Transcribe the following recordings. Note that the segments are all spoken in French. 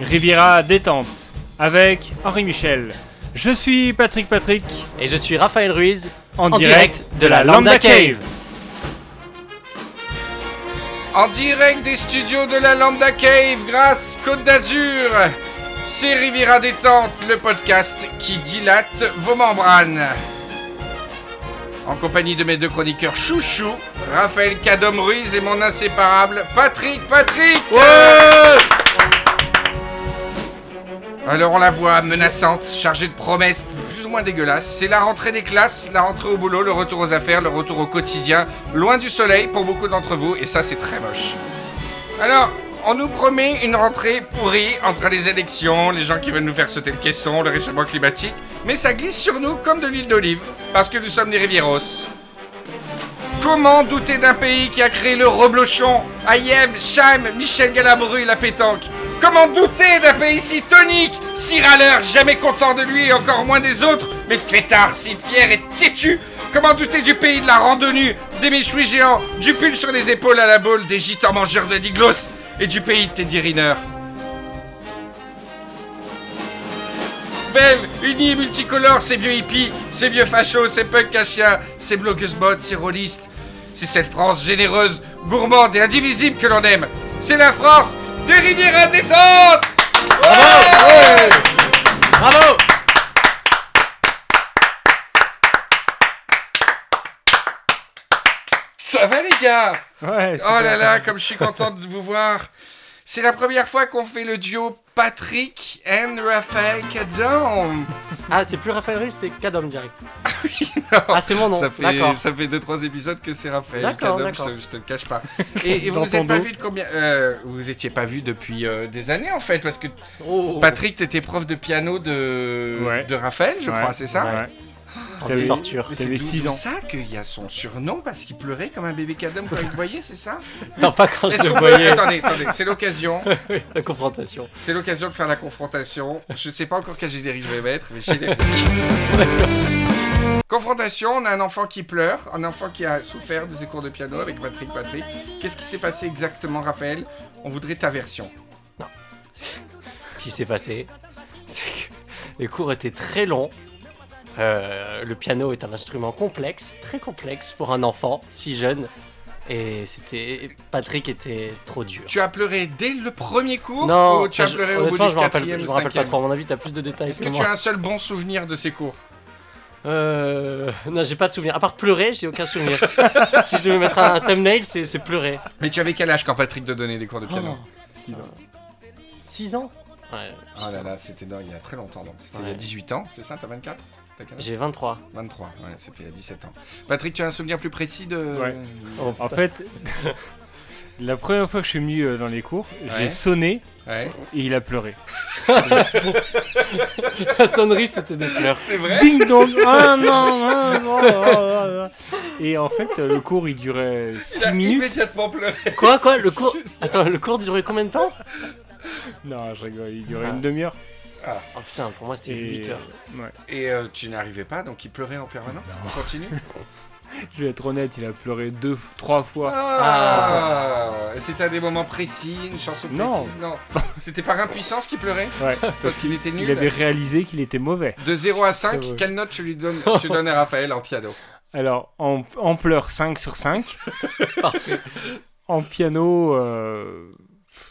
Riviera détente avec Henri Michel. Je suis Patrick Patrick Et je suis Raphaël Ruiz. en, En direct de la Lambda, Lambda Cave. Cave. En direct des studios de la Lambda Cave, grâce Côte d'Azur, c'est Riviera Détente, le podcast qui dilate vos membranes. En compagnie de mes deux chroniqueurs chouchou, Raphaël Cadom Ruiz et mon inséparable Patrick Patrick Alors on la voit menaçante, chargée de promesses plus ou moins dégueulasses. C'est la rentrée des classes, la rentrée au boulot, le retour aux affaires, le retour au quotidien, loin du soleil pour beaucoup d'entre vous, et ça c'est très moche. Alors, on nous promet une rentrée pourrie entre les élections, les gens qui veulent nous faire sauter le caisson, le réchauffement climatique, mais ça glisse sur nous comme de l'huile d'olive, parce que nous sommes des Rivieros. Comment douter d'un pays qui a créé le reblochon, Ayem, Cham, Michel Galabru et la pétanque Comment douter d'un pays si tonique, si râleur, jamais content de lui et encore moins des autres, mais fêtard, si fier et têtu Comment douter du pays de la randonnée, des méchouis géants, du pull sur les épaules à la boule, des gitans mangeurs de diglos et du pays de Teddy Riner belle, unie et multicolore, ces vieux hippies, ces vieux fachos, ces punks à chiens, ces blogueuses modes, ces rôlistes. C'est cette France généreuse, gourmande et indivisible que l'on aime. C'est la France des rivières à détente Ouais Bravo Ça va les gars Ouais, Oh super. là là, comme je suis content de vous voir. C'est la première fois qu'on fait le duo Patrick and Raphaël Cadam. Ah, c'est plus Raphaël Ruiz, c'est Cadom direct. Ah, c'est mon nom. Ça fait, D'accord. ça fait deux trois épisodes que c'est Raphaël. D'accord, Cadom, d'accord. Je, te- je te le cache pas. Et, et vous Dans vous êtes ton pas dos. vu de combien euh, Vous étiez pas vu depuis euh, des années en fait, parce que Oh, Patrick, t'étais prof de piano de Ouais. de Raphaël, je Ouais, crois, c'est ça. ouais. oh, T'as vu de torture. Mais T'avais C'est d'où- six d'où ans. ça qu'il y a son surnom parce qu'il pleurait comme un bébé cadom quand il le voyait, c'est ça Non, pas quand je Est-ce le qu'on peut- voyais. Attendez, attendez, c'est l'occasion. La confrontation. C'est l'occasion de faire la confrontation. Je sais pas encore quel générique je vais mettre, mais générique. confrontation, on a un enfant qui pleure, un enfant qui a souffert de ses cours de piano avec Patrick Patrick. Qu'est-ce qui s'est passé exactement, Raphaël On voudrait ta version. Ce qui s'est passé, c'est que les cours étaient très longs. Euh, le piano est un instrument complexe, très complexe pour un enfant si jeune. Et c'était. Patrick était trop dur. Tu as pleuré dès le premier cours Non, ou tu as enfin, je- pleuré au bout du honnêtement, je me rappelle, quatrième je ou me rappelle pas cinquième trop. À mon avis, t'as plus de détails Est-ce que, que tu moi. as un seul bon souvenir de ces cours Euh... Non, j'ai pas de souvenir. À part pleurer, j'ai aucun souvenir. si je devais mettre un, un thumbnail, c'est c'est pleurer. Mais tu avais quel âge quand Patrick te donnait des cours de Oh piano 6 ans Ouais. Oh, six là ans. là, c'était dans- il y a très longtemps donc. C'était il y a Ouais. 18 ans, c'est ça T'as 24 T'as quel âge J'ai 23. 23, ouais, c'était il y a 17 ans. Patrick, tu as un souvenir plus précis de. Ouais. Oh, En fait, la première fois que je suis venu euh, dans les cours, Ouais. j'ai sonné Ouais. et il a pleuré. la sonnerie, c'était des pleurs. C'est vrai Ding dong Oh Ah non, ah, non, ah, ah, ah. Et en fait, euh, le cours il durait 6 minutes. immédiatement pleuré. Quoi, quoi Le cours. Attends, le cours durait combien de temps Non, je rigole, il durait Ah. une demi-heure. Oh putain, pour moi, c'était Et- 8 heures. Ouais. Et euh, tu n'arrivais pas, donc il pleurait en permanence On continue Je vais être honnête, il a pleuré deux, trois fois. Ah Et C'était à des moments précis, une chanson précise Non. Non. C'était par impuissance qu'il pleurait Ouais, Parce qu'il était nul il avait réalisé qu'il était mauvais. De 0 à Putain, 5, c'est vrai. quelle note tu lui donnes, tu donnes à Raphaël en piano Alors, en, en pleurs 5 sur 5. en piano, euh,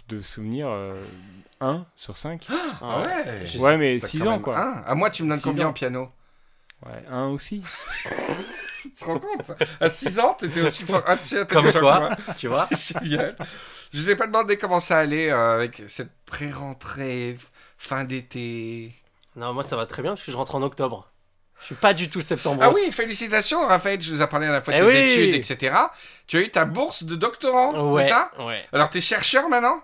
de souvenir, 1 sur 5. Ah ouais. Je Ouais, mais T'as 6 quand ans même quoi. un. À moi, tu me donnes Six combien ans. en piano Ouais, 1 aussi. Tu te rends compte À 6 ans, t'étais aussi fort. Ah, tiens, t'es Comme déjà quoi. que moi. Tu vois C'est génial. Je vous ai pas demandé comment ça allait euh, avec cette pré-rentrée, fin d'été. Non, moi, ça va très bien parce que je rentre en octobre. Je suis pas du tout septembre. Ah oui, félicitations Raphaël, je vous ai parlé à la fois de Eh tes oui. études, etc. Tu as eu ta bourse de doctorant, Ouais. c'est ça ouais. Alors t'es chercheur maintenant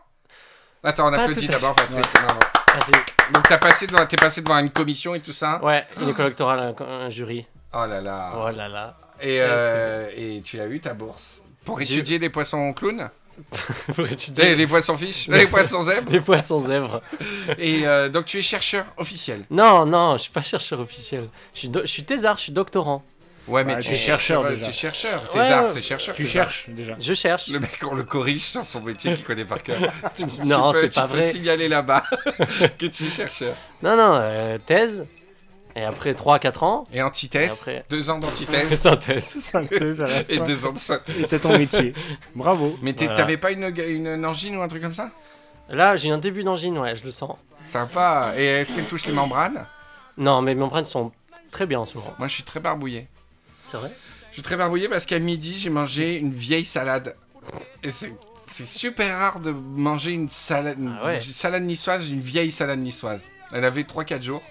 Attends, on Pas applaudit tout à d'abord Patrick. bravo. Merci. Donc t'as passé devant, t'es passé devant une commission et tout ça Ouais, une école doctorale, un, un jury. Oh là là. Oh là là. Et, euh, et tu as eu ta bourse pour J'ai- étudier les poissons clowns, Pour Tu sais, étudier les poissons fiches, les poissons zèbres. les poissons zèbres. Et euh, donc tu es chercheur officiel. Non, non, je suis pas chercheur officiel. Je suis, do- je suis thésard, je suis doctorant. Ouais, mais Bah, tu t'es chercheur, ouais, déjà. T'es chercheur. Tes Ouais, arts, ouais. c'est chercheur. Tu tes cherches déjà. Je cherche. arts. Le mec, on le corrige sur son métier qu'il connaît par cœur. Tu- tu Non, peux- c'est tu pas peux vrai. signaler là-bas que tu es chercheur. Non, non, euh, thèse. Et après 3-4 ans, Et Et antithèse, après- deux ans d'antithèse synthèse. Synthèse à la et fin. deux ans de synthèse. Et c'est ton métier. Bravo. Mais t'es- Voilà. t'avais pas une, une, une angine ou un truc comme ça Là, j'ai un début d'angine, ouais, je le sens. Sympa. Et est-ce qu'elle touche les membranes Non, mes membranes sont très bien en ce moment. Moi, je suis très barbouillé. C'est vrai Je suis très barbouillé parce qu'à midi, j'ai mangé une vieille salade. Et c'est c'est super rare de manger une salade, une Ah ouais. salade niçoise, une vieille salade niçoise. Elle avait 3-4 jours.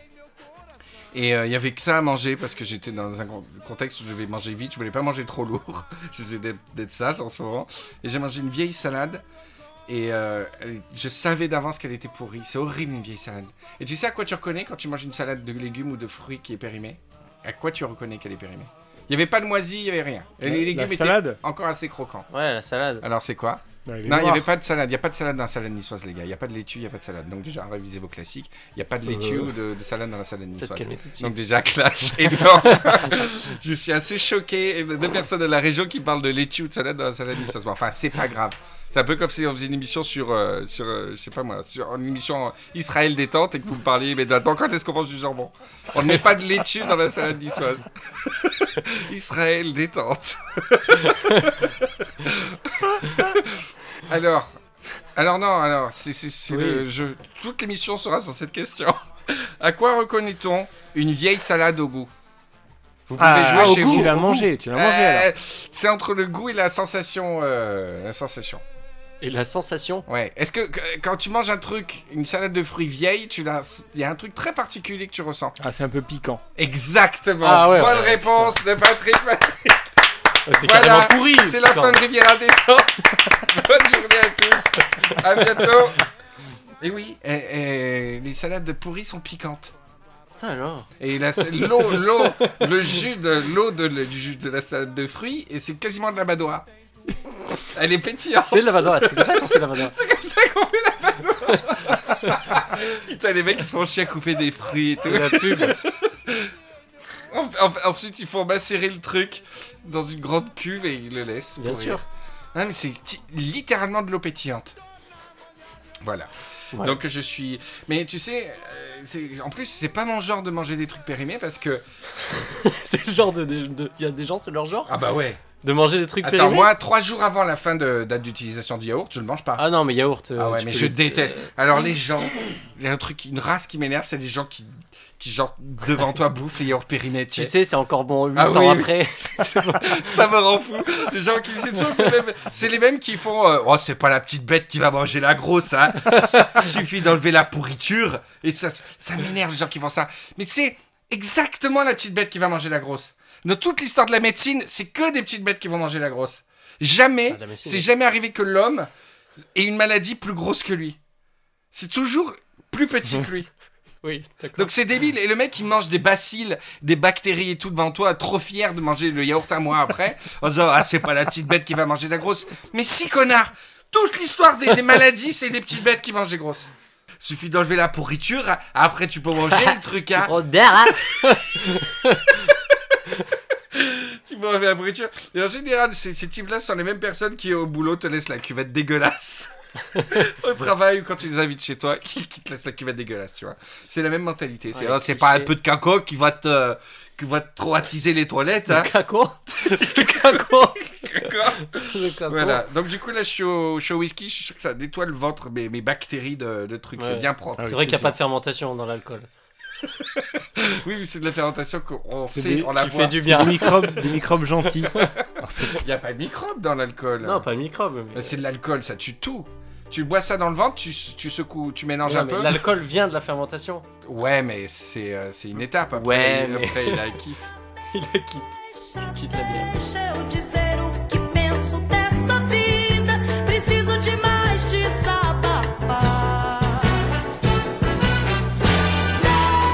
Et euh, il y avait que ça à manger parce que j'étais dans un con- contexte où je devais manger vite, je voulais pas manger trop lourd. J'essaie d'être d'être sage en ce moment. Et j'ai mangé une vieille salade. Et euh, elle- je savais d'avance qu'elle était pourrie. C'est horrible une vieille salade. Et tu sais à quoi tu reconnais quand tu manges une salade de légumes ou de fruits qui est périmée À quoi tu reconnais qu'elle est périmée Il y avait pas de moisi, il y avait rien. Et les légumes la étaient salade Bah, encore assez croquants. Ouais, la salade. Alors c'est quoi Non, il est Non, il n'y noir. avait pas de salade. Il n'y a pas de salade dans la salade niçoise, les gars. Il n'y a pas de laitue, il n'y a pas de salade. Donc déjà, révisez vos classiques. Il n'y a pas de laitue Euh. ou de, de salade dans la salade Peut-être niçoise. calmer tout de suite. Donc déjà, clash énorme. je suis assez choqué. Et Deux personnes de la région qui parlent de laitue ou de salade dans la salade niçoise. Bon, enfin, c'est pas grave. C'est un peu comme si on faisait une émission sur, euh, sur euh, je sais pas moi, sur une émission Israël détente et que vous me parliez, mais d'abord, quand est-ce qu'on mange du jambon On ne met pas de laitue dans la salade niçoise. Israël détente. alors, alors non, alors, c'est c'est- c'est Oui. le jeu. Toute l'émission sera sur cette question. À quoi reconnaît-on une vieille salade au goût Vous pouvez Ah, jouer au chez goût, vous. Tu l'as mangé, tu l'as mangé alors. Euh, C'est entre le goût et la sensation. euh, la sensation. Et la sensation Ouais. Est-ce que que- quand tu manges un truc, une salade de fruits vieille, tu l'as, il y a un truc très particulier que tu ressens. Ah, c'est un peu piquant. Exactement. Ah ouais, Bonne ouais, réponse de Patrick. Mathieu. C'est Voilà. carrément pourri C'est la fin de Riviera des temps. Bonne journée à tous. À bientôt. Et oui, et- et les salades pourries sont piquantes. Ça alors Et la- l'eau, l'eau, le jus de l'eau de, le- du jus de la salade de fruits, et c'est quasiment de la badoie. Elle est pétillante. C'est la badoise, c'est comme ça qu'on fait la badoise. Ah, C'est comme ça qu'on fait la badoie. Putain, les mecs ils se font chier à couper des fruits et tout. C'est la pub. En- en- ensuite, ils font macérer le truc dans une grande cuve et ils le laissent. Bien pourrir. sûr. Non, mais c'est ti- littéralement de l'eau pétillante. Voilà. Ouais. Donc je suis. Mais tu sais, euh, c'est- en plus, c'est pas mon genre de manger des trucs périmés parce que. C'est le genre de. Il y a des gens, c'est leur genre Ah bah ouais. De manger des trucs Attends, périmés moi, trois jours avant la fin de date d'utilisation du yaourt, je le mange pas. Ah, Ah non, mais yaourt. euh, ouais, tu mais peux je le- déteste. euh, Alors les gens, il y a un truc, une race qui m'énerve, c'est des gens qui, qui genre devant toi bouffent les yaourts périmés. Tu sais. sais, c'est encore bon 8 Ah oui, ans oui. après. ça me rend fou. Les gens qui c'est toujours les mêmes- c'est les mêmes qui font. euh, oh, c'est pas la petite bête qui va manger la grosse. Hein. Suffit d'enlever la pourriture et ça, ça m'énerve les gens qui font ça. Mais c'est exactement la petite bête qui va manger la grosse. Dans toute l'histoire de la médecine, c'est que des petites bêtes qui vont manger la grosse. Jamais, Ah, la médecine, c'est oui. jamais arrivé que l'homme ait une maladie plus grosse que lui. C'est toujours plus petit que lui. oui, d'accord. Donc c'est débile. Et le mec, il mange des bacilles, des bactéries et tout devant toi, trop fier de manger le yaourt un mois après, en disant Ah, c'est pas la petite bête qui va manger la grosse. Mais si, connard Toute l'histoire des, des maladies, c'est des petites bêtes qui mangent les grosses. Suffit d'enlever la pourriture, après tu peux manger le truc, hein. Oh, d'air, hein Tu peux enlever la pourriture. Et en général, ces, ces types-là sont les mêmes personnes qui, au boulot, te laissent la cuvette dégueulasse. au travail ou quand tu les invites chez toi, qui, qui te laissent la cuvette dégueulasse, tu vois. C'est la même mentalité. C'est Ouais, oh, c'est pas un cliché. peu de caco qui va te, qui va te traumatiser les toilettes, hein. Caco Le caco D'accord. Le caco Voilà, donc du coup là je suis au, je suis au whisky, je suis sûr que ça nettoie le ventre, mes, mes bactéries de, de trucs, c'est Ouais. bien propre. Ah C'est oui, vrai qu'il n'y a c'est pas de fermentation dans l'alcool. Oui, mais c'est de la fermentation qu'on C'est sait, des- on la qui voit. fait du Des bien. microbes, des microbes gentils. Il n'y a pas de microbes dans l'alcool. Non, pas microbe. Mais... Mais C'est de l'alcool, ça tue tout. Tu bois ça dans le ventre, tu, tu secoues, tu mélanges Ouais, un mais peu. L'alcool vient de la fermentation. Ouais, mais c'est euh, c'est une étape. Après, Ouais, il- mais- après il la quitte. Il la quitte. Deixa Quitte la bière. eu dizer o que penso dessa vida. Preciso de mais desabafar.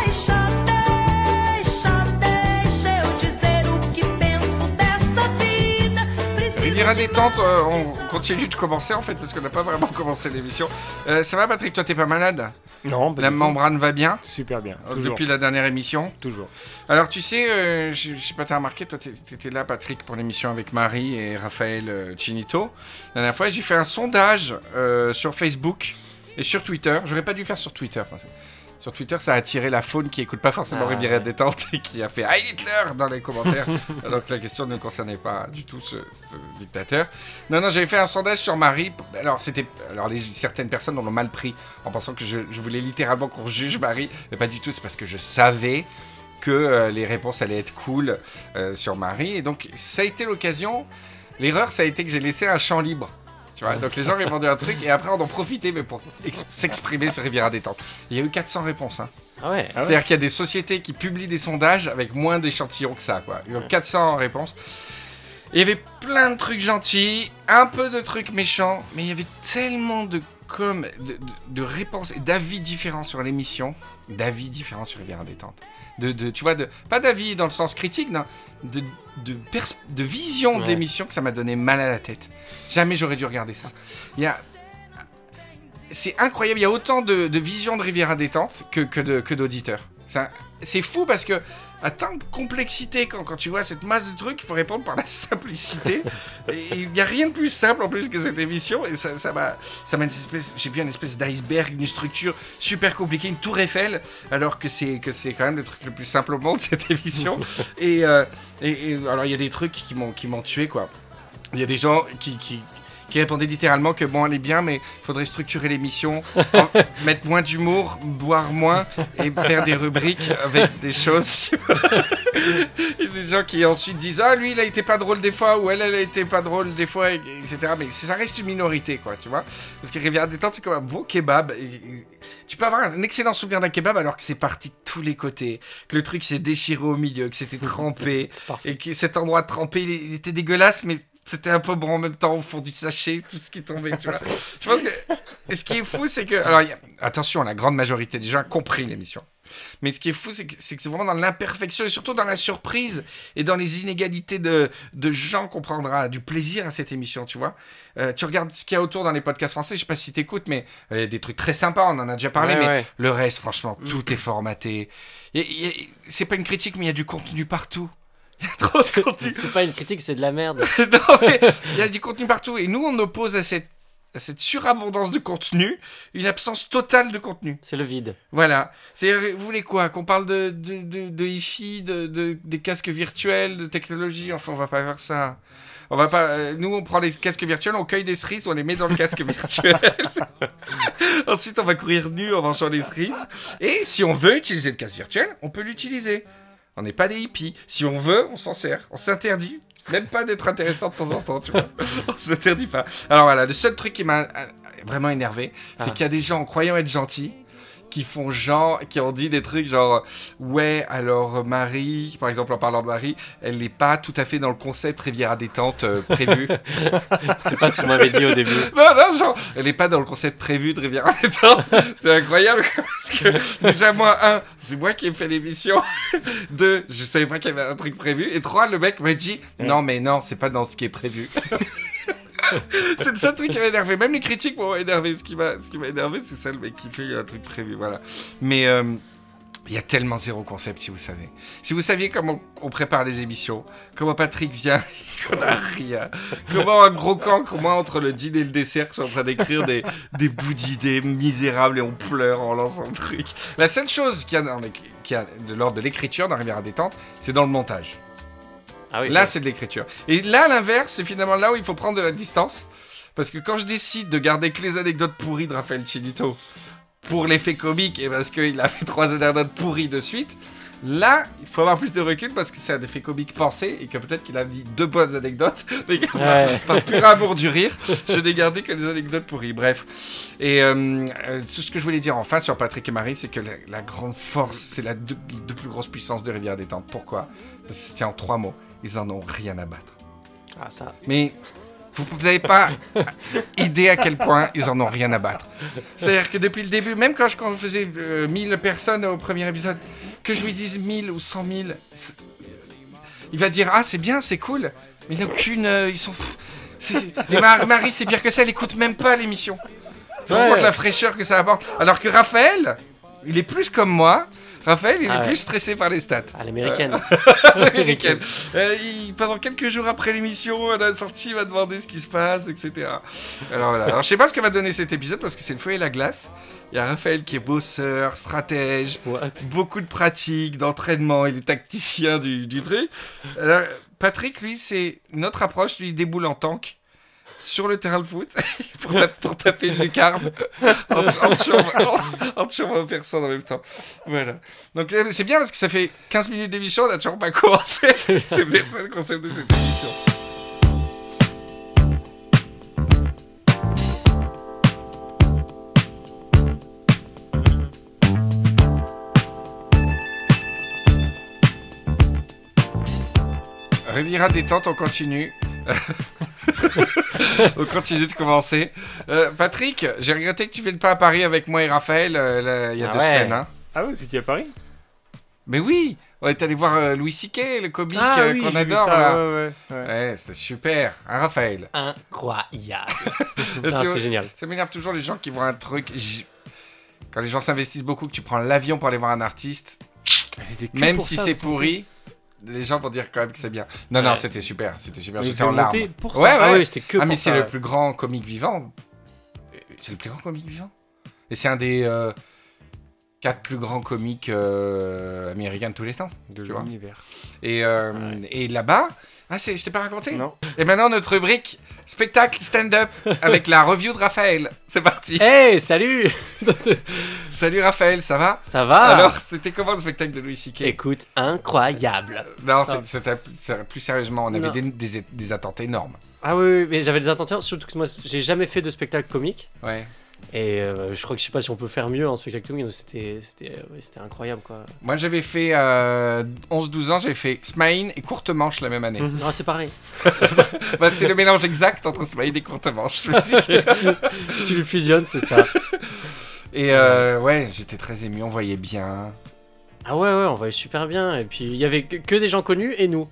Deixa, deixa, deixa eu dizer o que penso dessa vida. Preciso Riviera de détente, mais- euh, on continue de commencer en fait, parce qu'on n'a pas vraiment commencé l'émission. Euh, ça va Patrick, toi t'es pas malade Non, bah, La du tout. membrane va bien Super bien. euh, Toujours. depuis la dernière émission. Toujours. Alors tu sais, euh, je je sais pas, t'as remarqué, toi t'é- t'étais là Patrick pour l'émission avec Marie et Raphaël euh, Chinito. La dernière fois j'ai fait un sondage euh, sur Facebook et sur Twitter. J'aurais pas dû faire sur Twitter. parce que Sur Twitter ça a attiré la faune qui écoute pas forcément Ah, Rivière ouais. Détente et qui a fait Heil Hitler dans les commentaires alors que la question ne concernait pas du tout ce, ce dictateur. Non, non, j'avais fait un sondage sur Marie. Alors, c'était, alors les- certaines personnes l'ont mal pris en pensant que je, je voulais littéralement qu'on juge Marie. Mais pas du tout, c'est parce que je savais que euh, les réponses allaient être cool euh, sur Marie. Et donc, ça a été l'occasion. L'erreur, ça a été que j'ai laissé un champ libre. Tu vois, donc les gens répondaient un truc et après on en profitait mais pour ex- s'exprimer sur Riviera Détente. Il y a eu 400 réponses. Hein. Ah Ah ouais. ouais. C'est-à-dire qu'il y a des sociétés qui publient des sondages avec moins d'échantillons que ça, quoi. Ils ont 400 réponses. Il y avait plein de trucs gentils, un peu de trucs méchants, mais il y avait tellement de com, de, de- de réponses et d'avis différents sur l'émission, d'avis différents sur Rivière Détente. De, de- tu vois, de, pas d'avis dans le sens critique, non, de, de, pers- de vision de Ouais. l'émission que ça m'a donné mal à la tête. Jamais j'aurais dû regarder ça. Il y a c'est incroyable, il y a autant de, de visions de Riviera détente que, que de- que d'auditeurs. Ça- C'est fou parce que atteindre complexité quand, quand tu vois cette masse de trucs, il faut répondre par la simplicité. Et il n'y a rien de plus simple en plus que cette émission. Et ça ça m'a. Ça m'a une espèce. J'ai vu une espèce d'iceberg, une structure super compliquée, une tour Eiffel, alors que c'est que c'est quand même le truc le plus simple au monde cette émission. et, euh, et- et alors il y a des trucs qui m'ont qui m'ont tué quoi. Il y a des gens qui, qui, qui répondaient littéralement que bon, elle est bien, mais faudrait structurer l'émission, en- mettre moins d'humour, boire moins et faire des rubriques avec des choses. Il y a des gens qui ensuite disent Ah, lui, il a été pas drôle des fois, ou elle, elle a été pas drôle des fois, et- et- etc. Mais ça reste une minorité, quoi, tu vois. Parce que Rivière Détente, c'est comme un bon kebab. Et- et- Tu peux avoir un excellent souvenir d'un kebab alors que c'est parti de tous les côtés, que le truc s'est déchiré au milieu, que c'était trempé, C'est parfait. et que cet endroit trempé, il, il était dégueulasse, mais c'était un peu bon en même temps au fond du sachet, tout ce qui tombait, tu vois. Je pense que. Et ce qui est fou, c'est que. Alors, il y a- attention, la grande majorité des gens a compris l'émission. Mais ce qui est fou, c'est que c'est que c'est vraiment dans l'imperfection et surtout dans la surprise et dans les inégalités de, de gens qu'on prendra du plaisir à cette émission, tu vois. Euh, tu regardes ce qu'il y a autour dans les podcasts français, je sais pas si t'écoutes, mais euh, il y a des trucs très sympas, on en a déjà parlé, Ouais, mais ouais. le reste, franchement, tout est formaté. Et- et- C'est pas une critique, mais il y a du contenu partout. Il y a trop de contenu. C'est pas une critique, c'est de la merde. Non, mais il y a du contenu partout. Et nous, on oppose à cette, à cette surabondance de contenu une absence totale de contenu. C'est le vide. Voilà. C'est, vous voulez quoi Qu'on parle de, de, de, de hi-fi, de, de- des casques virtuels, de technologie Enfin, on va pas faire ça. On va pas. euh, Nous, on prend les casques virtuels, on cueille des cerises, on les met dans le casque virtuel. Ensuite, on va courir nu en mangeant les cerises. Et si on veut utiliser le casque virtuel, on peut l'utiliser. On n'est pas des hippies. Si on veut, on s'en sert. On s'interdit. Même pas d'être intéressant de temps en temps, tu vois. On s'interdit pas. Alors voilà, le seul truc qui m'a euh, vraiment énervé, c'est Ah. qu'il y a des gens, en croyant être gentils, qui font genre, qui ont dit des trucs genre, ouais, alors euh, Marie, par exemple, en parlant de Marie, elle n'est pas tout à fait dans le concept Riviera détente euh, prévu. C'était pas ce qu'on m'avait dit au début. Non, non, genre, elle n'est pas dans le concept prévu de Riviera Détente. C'est incroyable parce que déjà, moi, un, c'est moi qui ai fait l'émission. Deux, je savais pas qu'il y avait un truc prévu. Et trois, le mec m'a dit non, mais non, c'est pas dans ce qui est prévu. c'est le seul truc qui m'a énervé. Même les critiques m'ont énervé. Ce qui m'a ce qui m'a énervé, c'est ça, le mec qui fait un truc prévu. Voilà. Mais. euh, il y a tellement zéro concept, si vous savez. Si vous saviez comment on prépare les émissions, comment Patrick vient, qu'on a rien, comment un gros cancre, moi, entre le dîner et le dessert, je suis en train d'écrire des, des bouts d'idées misérables et on pleure en lançant le truc. La seule chose qu'il y a, dans les- qu'il y a de l'ordre de l'écriture dans Rivière à détente, c'est dans le montage. Ah oui. Là, ouais. c'est de l'écriture. Et là, à l'inverse, c'est finalement là où il faut prendre de la distance. Parce que quand je décide de garder que les anecdotes pourries de Raphaël Chinito pour l'effet comique et parce qu'il a fait trois anecdotes pourries de suite, là, il faut avoir plus de recul parce que c'est un effet comique pensé et que peut-être qu'il a dit deux bonnes anecdotes, mais que par- Ouais. par, pur amour du rire, je n'ai gardé que les anecdotes pourries. Bref. Et euh, euh, tout ce que je voulais dire enfin sur Patrick et Marie, c'est que la, la grande force, c'est la deux, deux plus grosses puissances de Rivière Détente. Pourquoi Parce que c'est en trois mots ils en ont rien à battre. Ah ça. Mais vous n'avez pas idée à quel point ils en ont rien à battre. C'est-à-dire que depuis le début, même quand je quand je faisais euh, 1000 personnes au premier épisode, que je lui dise 1000 ou 100 000, c'est- il va dire Ah, c'est bien, c'est cool, mais il n'a aucune. euh, ils sont. fous. C'est- Et Mar- Marie, c'est pire que ça, elle écoute même pas l'émission. Tu te rends Ouais. compte la fraîcheur que ça apporte Alors que Raphaël, il est plus comme moi. Raphaël, il Ah est ouais. plus stressé par les stats. À Ah, l'américaine. Américaine. Euh, il- pendant quelques jours après l'émission, à la sortie, il va demander ce qui se passe, etc. Alors voilà. Alors je sais pas ce que va donner cet épisode parce que c'est le feu et la glace. Il y a Raphaël qui est bosseur, stratège, What beaucoup de pratiques, d'entraînement, il est tacticien du, du truc. Alors, Patrick, lui, c'est notre approche, lui, il déboule en tank sur le terrain de foot pour, ta- pour taper une lucarne en, en, tuant- en, en tuant aux personnes en même temps. Voilà. Donc euh, c'est bien parce que ça fait 15 minutes d'émission, on n'a toujours pas commencé. c'est peut-être ça le concept de cette émission. Riviera détente, on continue. on continue de commencer. Euh, Patrick, j'ai regretté que tu viennes pas à Paris avec moi et Raphaël euh, là, il y a Ah deux ouais. semaines. hein. Ah oui, c'était à Paris Mais oui, on est allé voir euh, Louis C.K., le comique euh, qu'on Ah j'ai vu adore ça, là. ouais, ouais, ouais. Ouais, c'était super. Hein, Raphaël Incroyable. C'est- Non, C'était génial. Ça m'énerve toujours les gens qui voient un truc. J- Quand les gens s'investissent beaucoup, que tu prends l'avion pour aller voir un artiste, Ah, C'était que même pour si ça, c'est ce pourri, les gens vont dire quand même que c'est bien. Non, non, Ouais. c'était super. C'était super. truc. J'étais Ils en ont larmes. monté pour ça. Ouais, ouais. Ah oui, c'était que ah, mais pour c'est ça. le plus grand comique vivant. Euh, C'est le plus grand comique vivant. Et c'est un des euh, quatre plus grands comiques euh, américains de tous les temps. De Tu vois. l'univers. Et, euh, et là-bas. Ah, c'est- je t'ai pas raconté Non. Et maintenant, notre rubrique spectacle stand-up avec la review de Raphaël. C'est parti. Hey, salut Salut Raphaël, ça va Ça va Alors, c'était comment le spectacle de Louis C.K. Écoute, incroyable. Non, Ah. c'est- c'était plus- plus sérieusement, on avait Non. des, des- des attentes énormes. Ah oui, oui, mais j'avais des intentions, surtout que moi, j'ai jamais fait de spectacle comique. Ouais. Et euh, je crois que je sais pas si on peut faire mieux en spectacle comique, donc c'était c'était- euh, ouais, c'était incroyable quoi. Moi, j'avais fait euh, 11-12 ans, j'avais fait Smile et Courte Manche la même année. Non, c'est pareil. Bah, c'est le mélange exact entre Smile et Courte Manche. je me suis dit. Si tu le fusionnes, c'est ça. et euh, ouais, j'étais très ému, on voyait bien. Ah ouais, ouais, on voyait super bien. Et puis, il y avait que, que des gens connus et nous.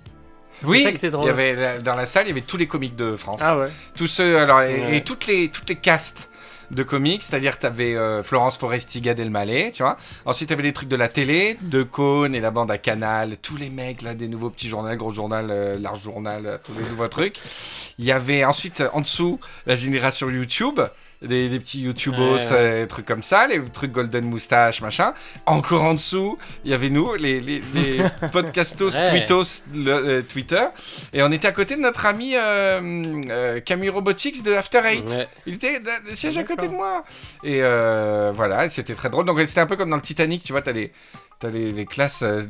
Oui, ça qui était drôle. il y avait, la- dans la salle, il y avait tous les comiques de France. Ah ouais. Tous ceux, alors, et, Ouais. et toutes les toutes les castes de comics, c'est-à-dire t'avais avais Florence Foresti, Gad Elmaleh, tu vois. Ensuite t'avais les trucs de la télé, de Cône et la bande à Canal, tous les mecs là, des nouveaux petits journaux, gros journal, euh, large journal, euh, tous les nouveaux trucs. Il y avait ensuite euh, en dessous la génération YouTube. Des, des petits YouTubos, Ouais, ouais. euh, trucs comme ça, les trucs Golden Moustache, machin. Encore en dessous, il y avait nous, les, les, les podcastos, Ouais. tweetos, le- euh, Twitter. Et on était à côté de notre ami euh, euh, Camus Robotics de After Eight. Ouais. Il était d- d- siège à D'accord. côté de moi. Et euh, voilà, et c'était très drôle. Donc c'était un peu comme dans le Titanic, tu vois, t'as les, t'as les, les classes euh,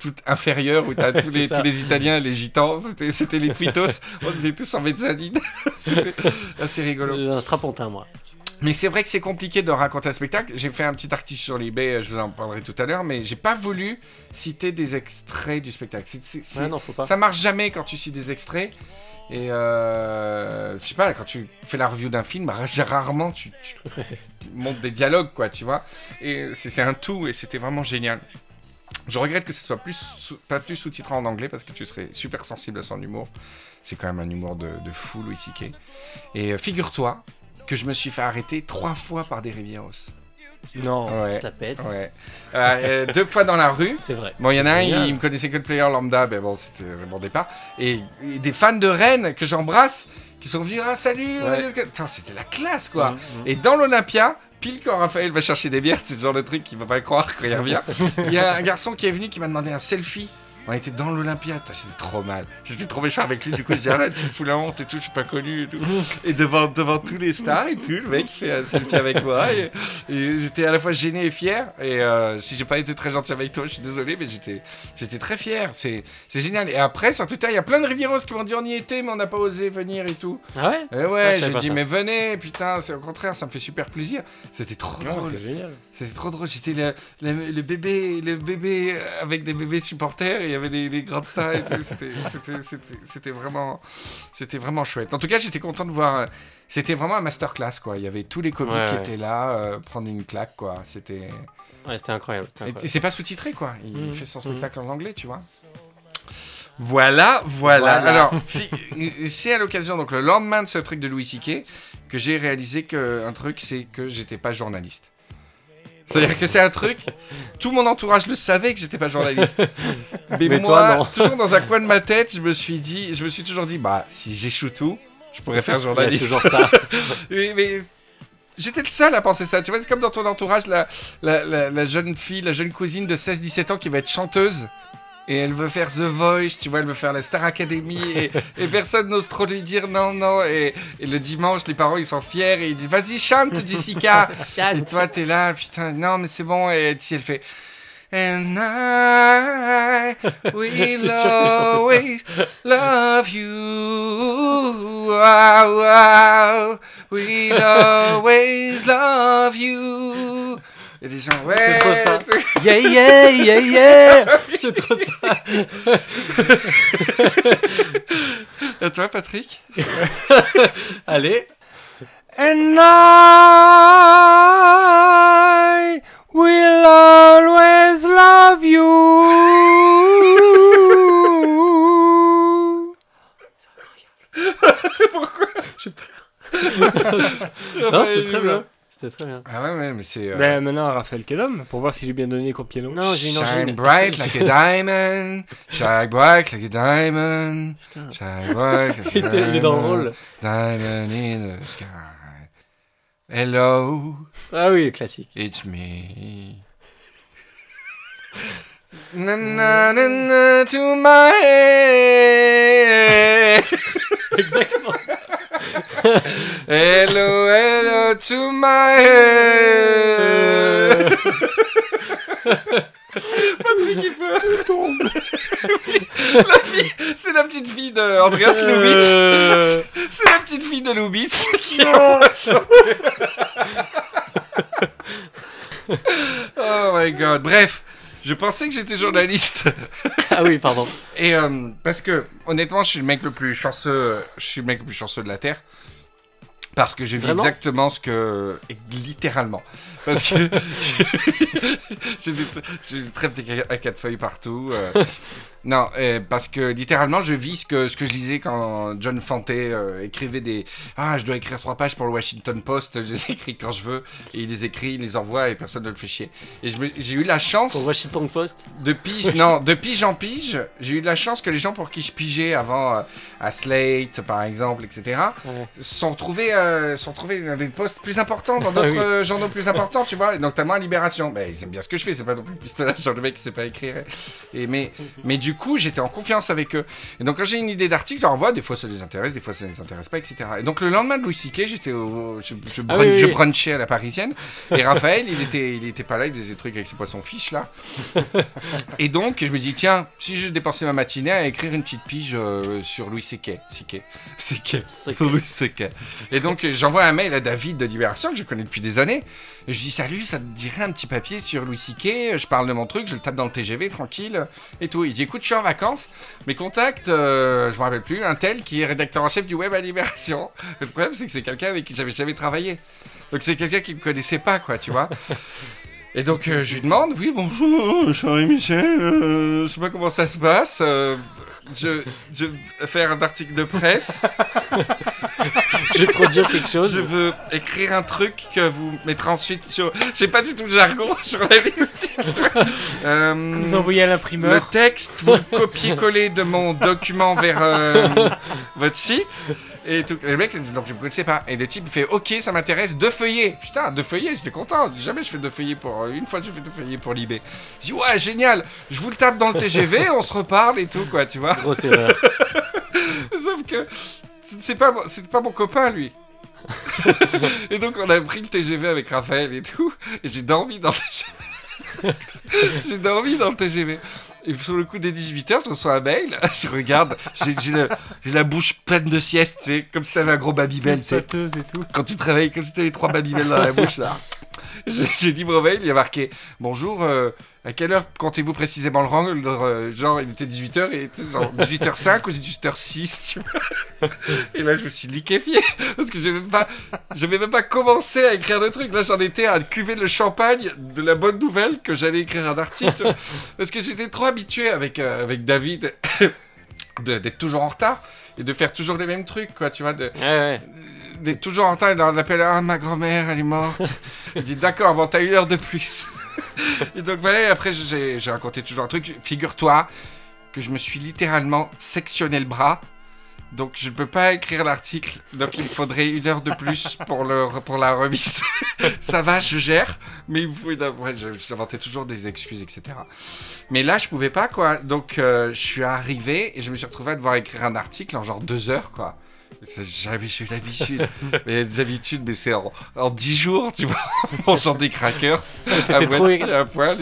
toutes inférieures où t'as tous, C'est les, ça. tous les Italiens, les Gitans, c'était, c'était les Twitos. on était tous en mezzanine. c'était assez rigolo. J'ai Euh, un strapontin, moi. Mais c'est vrai que c'est compliqué de raconter un spectacle. J'ai fait un petit article sur l'eBay, euh, je vous en parlerai tout à l'heure, mais j'ai pas voulu citer des extraits du spectacle. C'est- c'est- c'est- Ouais, non, faut pas. ça marche jamais quand tu cites des extraits. Et euh, je sais pas, quand tu fais la review d'un film, ra- rarement tu, tu- tu montes des dialogues, quoi, tu vois. Et c'est c'est un tout, et c'était vraiment génial. Je regrette que ce soit plus sous- pas plus sous-titré en anglais parce que tu serais super sensible à son humour. C'est quand même un humour de, de fou, Louis C.K. Et euh, figure-toi que je me suis fait arrêter trois fois par des Rivieros. Non. On Ouais. se la pète. ouais. Euh, euh, deux fois dans la rue. C'est vrai. Bon, il y en a un, Génial. il me connaissait que le player lambda, mais bon, c'était un bon départ. Et, et des fans de Rennes que j'embrasse, qui sont venus, ah salut, Ouais. qu'est-ce que- Putain, c'était la classe quoi. Mhm, mhm. Et dans l'Olympia, pile quand Raphaël va chercher des bières, c'est le genre de truc qu'il va pas le croire quand il revient. Il y a un garçon qui est venu qui m'a demandé un selfie. On était dans l'Olympia, Putain, j'étais trop mal. J'étais trop méchant avec lui, du coup, j'ai dit arrête, tu me fous la honte et tout, je suis pas connu et tout. Et devant, devant tous les stars et tout, le mec fait un selfie avec moi. Et, et j'étais à la fois gêné et fier. Et euh, si j'ai pas été très gentil avec toi, je suis désolé, mais j'étais, j'étais très fier. C'est, c'est génial. Et après, sur Twitter, il y a plein de Rivieros qui m'ont dit on y était, mais on n'a pas osé venir et tout. Ah ouais Et ouais, Ouais, je savais j'ai pas dit, ça. mais venez, putain, c'est au contraire, ça me fait super plaisir. C'était trop Non, drôle. c'est génial. C'était trop drôle. J'étais le, le- le bébé, le bébé euh, avec des bébés supporters, et il y avait les, les grandes stars et tout. C'était- c'était- C'était c'était vraiment, c'était vraiment chouette. En tout cas, j'étais content de voir. euh, C'était vraiment un masterclass, quoi. Il y avait tous les comiques Ouais, qui ouais. étaient là, euh, prendre une claque, quoi. C'était. Ouais, c'était incroyable. c'était Et incroyable. c'est pas sous-titré, quoi. Il Mhm. fait son Mhm. spectacle en anglais, tu vois. Voilà, voilà. Voilà. Alors, fi- c'est à l'occasion, donc le lendemain de ce truc de Louis C.K., que j'ai réalisé que un truc, c'est que j'étais pas journaliste. C'est-à-dire que c'est un truc, tout mon entourage le savait que j'étais pas journaliste. Mais, Mais moi, toi, non. toujours dans un coin de ma tête, je me suis dit, je me suis toujours dit, bah si j'échoue tout, je pourrais faire Il y a journaliste. toujours ça. Mais, mais j'étais le seul à penser ça. Tu vois, c'est comme dans ton entourage, la, la, la- la jeune fille, la jeune cousine de 16-17 ans qui va être chanteuse. Et elle veut faire The Voice, tu vois, elle veut faire la Star Academy, et, et personne n'ose trop lui dire non, non. Et, et le dimanche, les parents, ils sont fiers, et ils disent, vas-y, chante, Jessica. et toi, t'es là, putain, non, mais c'est bon. Et si elle fait, And I J'étais sûr que je will chantais ça. always love you. Wow, wow. We'll always love you. Et les gens, ouais. trop ça. tu- Yeah, yeah, yeah, yeah C'est trop ça. Et toi, Patrick Allez, And I will always love you. non, c'était très bien. C'était très bien. Ah ouais, ouais, mais c'est. euh, Ben maintenant, Raphaël Kellum, pour voir si j'ai bien donné qu'au piano. Non, j'ai une Shine angine. bright like a diamond. Shine bright like a diamond. Shine bright like a Il diamond. était- il est dans le rôle. Diamond in the sky. Hello. Ah oui, classique. It's me. na na na na to my head. Exactement ça. Hello, hello to my head. C'est la petite fille de Andreas Lubitz. Euh, C'est la petite fille de Lubitz qui a chanté. oh my god. Bref, je pensais que j'étais journaliste. Ah oui, pardon. Et euh, parce que honnêtement, je suis le mec le plus chanceux, je suis le mec le plus chanceux de la terre. Parce que je vis Vraiment exactement ce que. et littéralement. Parce que. j'ai- j'ai des, j'ai des trêves des- à quatre feuilles partout. euh. Non, euh, parce que littéralement, je vis ce que, ce que je lisais quand John Fante euh, écrivait des. Ah, je dois écrire trois pages pour le Washington Post, je les écris quand je veux. Et il les écrit, il les envoie et personne ne le fait chier. Et je me- j'ai eu la chance. Pour Washington Post. De pige, non, de pige en pige, j'ai eu de la chance que les gens pour qui je pigeais avant, euh, à Slate par exemple, etc., Ouais. sont trouvés, euh, sont trouvés dans des postes plus importants, dans d'autres Ah oui. euh, journaux plus importants, tu vois, et notamment à Libération. Mais ils aiment bien ce que je fais, c'est pas non plus le pistolet sur le mec qui sait pas écrire. Et mais, mais du coup, j'étais en confiance avec eux. Et donc quand j'ai une idée d'article, je leur envoie, des fois ça les intéresse, des fois ça les intéresse pas, etc. Et donc le lendemain de Louis Siquet, j'étais au. Je, je, Ah brun- oui, oui, je oui. brunchais à la parisienne. Et Raphaël, il était, il était pas là, il faisait des trucs avec ses poissons fiches là. Et donc, je me dis, tiens, si je dépensais ma matinée à écrire une petite pige euh, sur Louis Sequet. Sequet. Sequet. Sequet. Sur Louis Sequet. Et donc, euh, j'envoie un mail à David de Libération, que je connais depuis des années. Et je dis, salut, ça te dirait un petit papier sur Louis Sequet Je parle de mon truc, je le tape dans le TGV, tranquille, et tout. Il dit, écoute, je suis en vacances, mes contacts, euh, je me rappelle plus, un tel qui est rédacteur en chef du web à Libération. Le problème, c'est que c'est quelqu'un avec qui j'avais jamais travaillé. Donc, c'est quelqu'un qui me connaissait pas, quoi, tu vois. Et donc euh, je lui demande, oui bonjour, je suis Henri Michel, euh, je sais pas comment ça se passe, euh, je, je veux faire un article de presse, Je vais produire quelque chose. je veux écrire un truc que vous mettrez ensuite sur... J'ai pas du tout le jargon journalistique. Euh, Vous envoyez à le l'imprimeur. texte, vous le copiez-collez de mon document vers euh, votre site. Et tout. Et le mec, donc je ne connaissais pas. Et le type fait Ok, ça m'intéresse, deux feuillets. Putain, deux feuillets, j'étais content. Jamais je fais deux feuillets pour. Une fois, j'ai fait deux feuillets pour l'IB. Je dis Ouais, génial, je vous le tape dans le TGV, on se reparle et tout, quoi, tu vois. Grosse erreur. Sauf que c'est c'est pas, mon- c'est pas mon copain, lui. et donc, on a pris le TGV avec Raphaël et tout. Et j'ai dormi dans le TGV. j'ai dormi dans le TGV. Et sur le coup des 18h, je reçois un mail. Je regarde, j'ai j'ai le- j'ai la bouche pleine de sieste, tu sais, comme si t'avais un gros Ben, Babybel, tu sais Pâteuse et tout. quand tu te réveilles, comme si t'avais trois babybel dans la bouche, là. J'ai j'ai dit mon mail, il y a marqué Bonjour, euh, à quelle heure comptez-vous précisément le rang Le- le- Genre, il était 18h et tu sais, genre 18h05 ou 18h06, tu vois. Et là, je me suis liquéfié parce que j'avais même pas, j'avais même pas commencé à écrire le truc. Là, j'en étais à cuver le champagne de la bonne nouvelle que j'allais écrire un article tu vois. parce que j'étais trop habitué avec, euh, avec David de- d'être toujours en retard et de faire toujours les mêmes trucs, quoi, tu vois. De, Ouais, ouais. euh, est toujours en retard, il leur appelle Ah, ma grand-mère, elle est morte. il dit D'accord, bon, t'as une heure de plus. et donc voilà, et après, j'ai j'ai raconté toujours un truc. Figure-toi que je me suis littéralement sectionné le bras. Donc je ne peux pas écrire l'article, donc il me faudrait une heure de plus pour, le, pour la remise. Ça va, je gère, mais vous pouvez... ouais, je- j'inventais toujours des excuses, etc. Mais là, je pouvais pas, quoi. Donc, euh, je suis arrivé et je me suis retrouvé à devoir écrire un article en genre deux heures, quoi. C'est- J'avais j'ai eu l'habitude. mais des habitudes, mais c'est en, en dix jours, tu vois, en mangeant des crackers. à trop moitié à poil.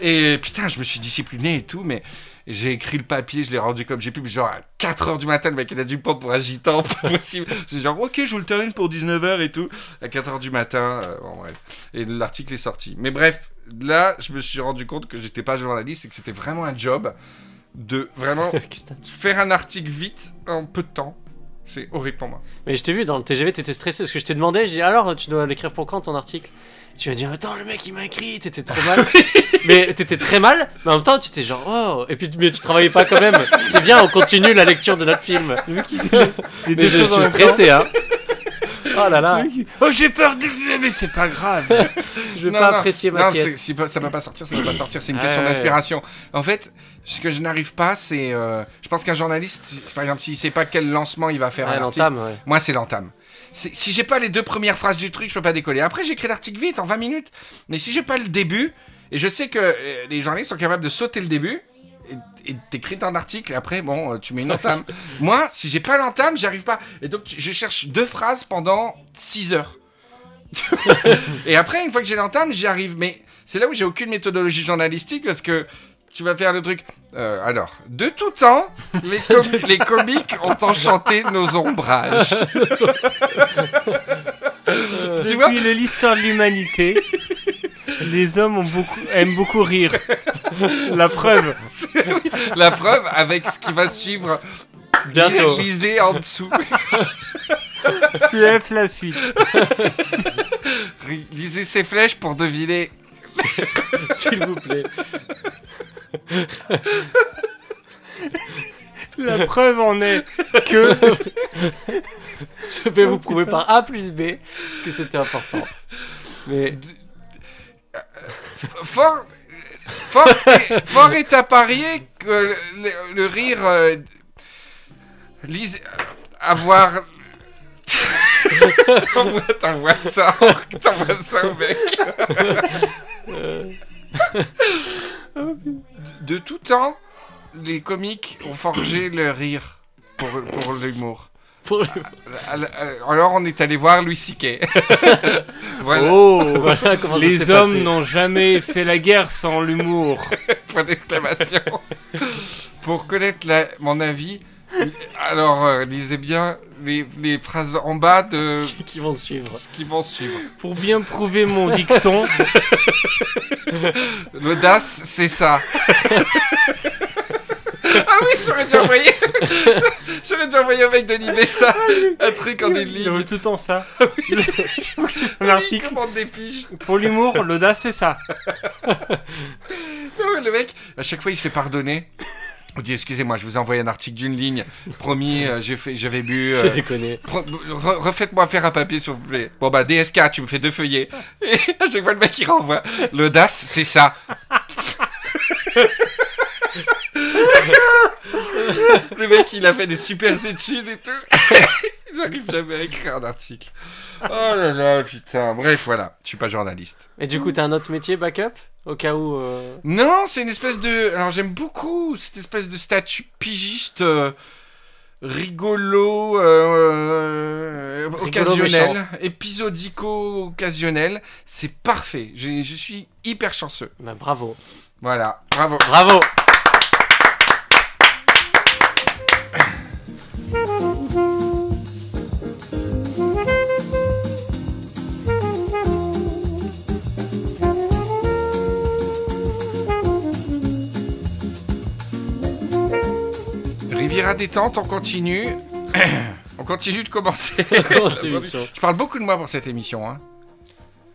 et putain, je me suis discipliné et tout, mais j'ai écrit le papier, je l'ai rendu comme j'ai pu, mais genre à 4h du matin, le mec, il a dû prendre pour agitant, pas possible. C'est genre, ok, je vous le termine pour 19h et tout. À 4h du matin, euh, bon, bref. Et l'article est sorti. Mais bref, là, je me suis rendu compte que j'étais pas journaliste et que c'était vraiment un job de vraiment faire un article vite en peu de temps. C'est horrible pour moi. Mais je t'ai vu dans le TGV, t'étais stressé parce que je t'ai demandé, j'ai dit alors tu dois l'écrire pour quand ton article Tu m'as dit attends le mec il m'a écrit, t'étais très mal. mais t'étais très mal, mais en même temps tu étais genre oh et puis mais tu travaillais pas quand même. C'est bien, on continue la lecture de notre film. Les deux Mais je choses en suis même temps. stressé hein. Oh là là, Oh, j'ai peur de. Mais c'est pas grave. je vais pas apprécier ma non, c'est- sieste. si pas- ça va pas sortir, ça va pas sortir, c'est une Ah question ouais. d'inspiration. En fait, ce que je n'arrive pas, c'est. euh, je pense qu'un journaliste, si- par exemple, s'il sait pas quel lancement il va faire Ouais, un article, l'entame, ouais. moi c'est l'entame. C'est- Si j'ai pas les deux premières phrases du truc, je peux pas décoller. Après, j'écris l'article vite, en 20 minutes. Mais si j'ai pas le début, et je sais que euh, les journalistes sont capables de sauter le début, et et t'écris ton article, et après, bon, euh, tu mets une entame. moi, si j'ai pas l'entame, j'arrive pas. Et donc, je cherche deux phrases pendant 6 heures. Et après, une fois que j'ai l'entame, j'y arrive. Mais c'est là où j'ai aucune méthodologie journalistique parce que tu vas faire le truc. Euh, alors, de tout temps, les, com- les comiques ont enchanté nos ombrages. Tu vois Depuis l'histoire de l'humanité, les hommes ont beaucoup, aiment beaucoup rire. La preuve. La preuve avec ce qui va suivre. Bientôt. Lisez en dessous. CF la suite. Ri- Lisez ces flèches pour deviner. S'il vous plaît. La preuve en est que. Je vais vous prouver par A plus B que c'était important. Mais Fort. Fort, est- fort est à parier que le, le rire. euh, lisez- avoir. t'envoies, t'envoies ça, t'envoies ça au mec. De tout temps, les comiques ont forgé le rire pour, pour l'humour. Euh, pour Alors on est allé voir Louis Siquet. voilà, Oh voilà comment ça Les s'est hommes passé. n'ont jamais fait la guerre sans l'humour. point d'exclamation. Pour connaître la- mon avis, alors euh, lisez bien les, les phrases en bas de qui vont suivre. ce qui vont suivre. Pour bien prouver mon dicton, L'audace, c'est ça. ah oui, j'aurais dû envoyer. j'aurais dû envoyer au mec de Libé ça. Ah Un truc en une il ligne. aurait tout en ça. Ah Un Il article commande des piges. pour l'humour, l'audace, c'est ça. Euh, Non, mais le mec, à chaque fois, il se fait pardonner. On dit, excusez-moi, je vous ai envoyé un article d'une ligne. Promis, euh, j'ai fait- j'avais bu. euh, J'ai déconné. Re- re- Refaites-moi faire un papier, s'il vous plaît. Bon, bah, DSK, tu me fais deux feuillets. Et à chaque fois, le mec, il renvoie. L'audace, c'est ça. le mec, il a fait des super études et tout. il n'arrive jamais à écrire un article. Oh là là, putain. Bref, voilà. Je suis pas journaliste. Et du coup, t'as un autre métier backup Au cas où. euh, Non, c'est une espèce de. Alors, j'aime beaucoup cette espèce de statut pigiste. euh, Rigolo, euh, euh, occasionnel, épisodico-occasionnel, c'est parfait. Je, je suis hyper chanceux. Bah, bravo. Voilà, bravo. Bravo Riviera détente, on continue. on continue de commencer. Grosse émission. Je parle beaucoup de moi pour cette émission. hein.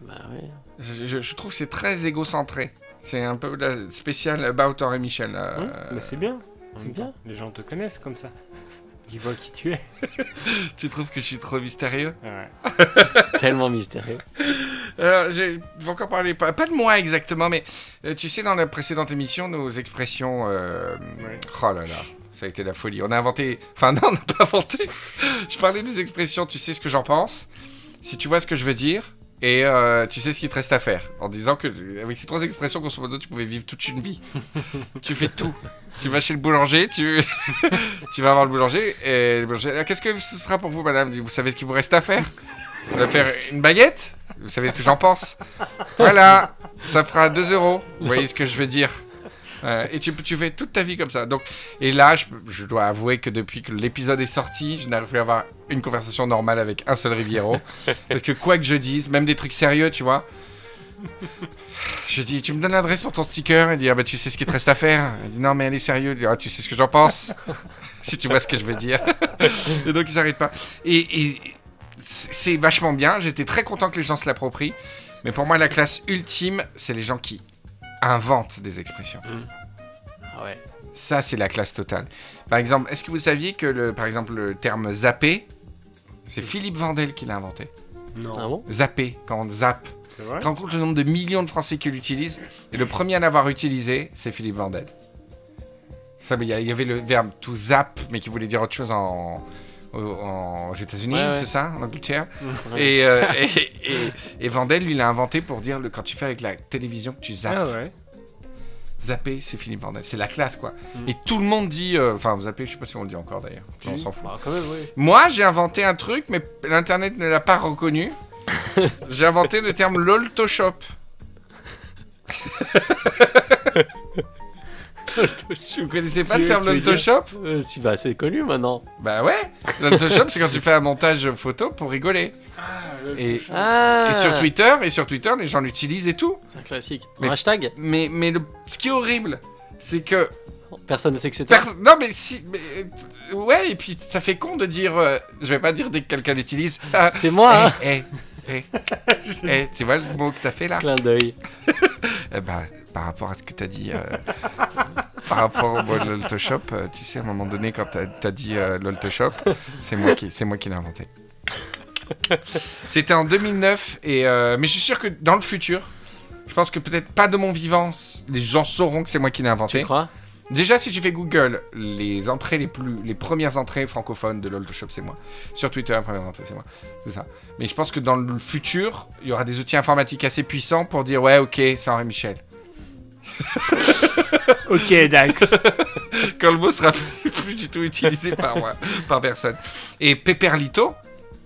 Bah ouais. Je, je- je trouve que c'est très égocentré. C'est un peu la spéciale About Henri Michel. euh, Hein Mais c'est bien. C'est bien. Les gens te connaissent comme ça. Dis-moi qui tu es. Ah Tu trouves que je suis trop mystérieux Ouais. Tellement mystérieux. Alors, Euh, j'ai je vais encore parler, pas, pas de moi exactement, mais euh, tu sais, dans la précédente émission, nos expressions. euh, Ouais. Oh là là, ça a été la folie. On a inventé. Enfin, non, on n'a pas inventé. je parlais des expressions, tu sais ce que j'en pense, si tu vois ce que je veux dire, et euh, tu sais ce qu'il te reste à faire. En disant que, avec ces trois expressions, grosso modo, tu pouvais vivre toute une vie. tu fais tout. Tu vas chez le boulanger, tu, tu vas voir le boulanger, et le boulanger, Ah, qu'est-ce que ce sera pour vous, madame Vous savez ce qu'il vous reste à faire on va faire une baguette Vous savez ce que j'en pense Voilà Ça fera 2 euros. Vous voyez ce que je veux dire Euh, Et tu, tu fais toute ta vie comme ça. Donc, et là, je, je dois avouer que depuis que l'épisode est sorti, je n'arrive plus à avoir une conversation normale avec un seul Riviero. Parce que quoi que je dise, même des trucs sérieux, tu vois. Je dis, tu me donnes l'adresse pour ton sticker Il dit, ah bah tu sais ce qu'il te reste à faire. Il dit, non mais elle est sérieuse. Il dit, ah tu sais ce que j'en pense. si tu vois ce que je veux dire. et donc ils s'arrêtent pas. Et, et c'est c'est vachement bien. J'étais très content que les gens se l'approprient. Mais pour moi, la classe ultime, c'est les gens qui inventent des expressions. Ah ouais. Ça, c'est la classe totale. Par exemple, est-ce que vous saviez que, le, par exemple, le terme zapper, c'est Philippe Vandel qui l'a inventé Non. Ah bon Zapper, quand on zappe. C'est vrai Tu te rends compte le nombre de millions de Français qui l'utilisent Et le premier à l'avoir utilisé, c'est Philippe Vandel. Ça, mais il y a- il y avait le verbe to zap, mais qui voulait dire autre chose en, au- en- aux États-Unis, Ouais, ouais. c'est ça, en Angleterre. Ouais. Et, euh, et, et- et Vandel, lui, l'a inventé pour dire le, quand tu fais avec la télévision que tu zappes. Ah ouais. Zapper, c'est Philippe Vandel. C'est la classe, quoi. Mm. Et tout le monde dit. euh, Enfin, zapper, je sais pas si on le dit encore d'ailleurs. Non, On s'en fout. Bah, quand même, ouais. Moi, j'ai inventé un truc, mais l'internet ne l'a pas reconnu. j'ai inventé le terme l'oltoshop. Vous connaissez pas le Tu- terme tu veux dire l'oltoshop Euh, si, bah, c'est connu maintenant. Bah ouais L'oltoshop, c'est quand tu fais un montage photo pour rigoler. Et, Ah et sur Twitter, et sur Twitter, les gens l'utilisent et tout. C'est un classique. Mais- Un hashtag Mais, mais le, ce qui est horrible, c'est que Personne ne sait que c'est toi. Perso- non mais si, mais, euh, ouais et puis ça fait con de dire, euh, je vais pas dire dès que quelqu'un l'utilise. Ah, C'est moi, hein eh, eh, eh, eh, tu vois le mot que t'as fait là Clin d'œil. Eh ben, par rapport à ce que t'as dit, euh, par rapport au mot de l'Oltoshop, euh, tu sais à un moment donné quand t'as t'as dit euh, l'Oltoshop, c'est moi qui, c'est moi qui l'ai inventé. C'était en 2009 et euh, mais je suis sûr que dans le futur, je pense que peut-être pas de mon vivant, les gens sauront que c'est moi qui l'ai inventé. Tu crois Déjà, si tu fais Google, les entrées les plus, les premières entrées francophones de l'Old Shop, c'est moi. Sur Twitter, la première entrée, c'est moi. C'est ça. Mais je pense que dans le futur, il y aura des outils informatiques assez puissants pour dire ouais, ok, c'est Henri Michel. Ok, Dax. Quand le mot sera plus, plus du tout utilisé par moi, par personne. Et Pepperlito,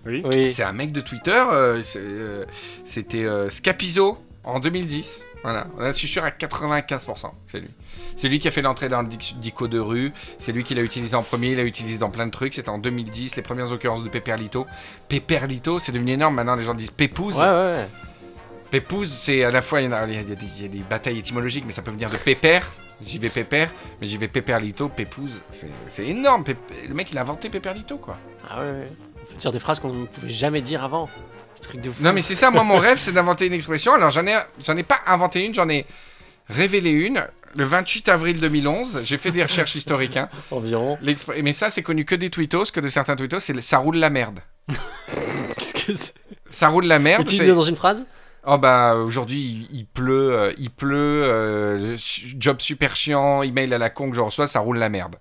Oui. Oui. c'est un mec de Twitter. euh, c'est, euh, C'était euh, Scapizo en 2010. Voilà, Là, je suis sûr à 95%. C'est lui. C'est lui qui a fait l'entrée dans le dic- dico de rue. C'est lui qui l'a utilisé en premier. Il l'a utilisé dans plein de trucs. C'était en 2010, les premières occurrences de Pépérlito. Pépérlito, c'est devenu énorme. Maintenant, les gens disent Pépouze. Ouais, ouais, ouais. Pépouze, c'est à la fois, il y en a, il y a des, il y a des batailles étymologiques, mais ça peut venir de pépère, j'y vais pépère, mais j'y vais pépère-lito, pépouze, c'est c'est énorme, Pép- le mec il a inventé pépère-lito quoi. Ah ouais, ouais. On peut dire des phrases qu'on ne pouvait jamais dire avant. Des trucs de fou. Non mais c'est ça, moi mon rêve c'est d'inventer une expression, alors j'en ai, j'en ai pas inventé une, j'en ai révélé une, le 28 avril 2011, j'ai fait des recherches historiques, hein. Environ. L'expr- mais ça c'est connu que des tweetos, que de certains tweetos, c'est le- ça roule la merde. Qu'est-ce que c'est Ça roule la merde, c'est- Utilise-le dans une phrase Oh bah aujourd'hui il, il pleut, euh, il pleut, euh, ch- job super chiant, email à la con que je reçois, ça roule la merde.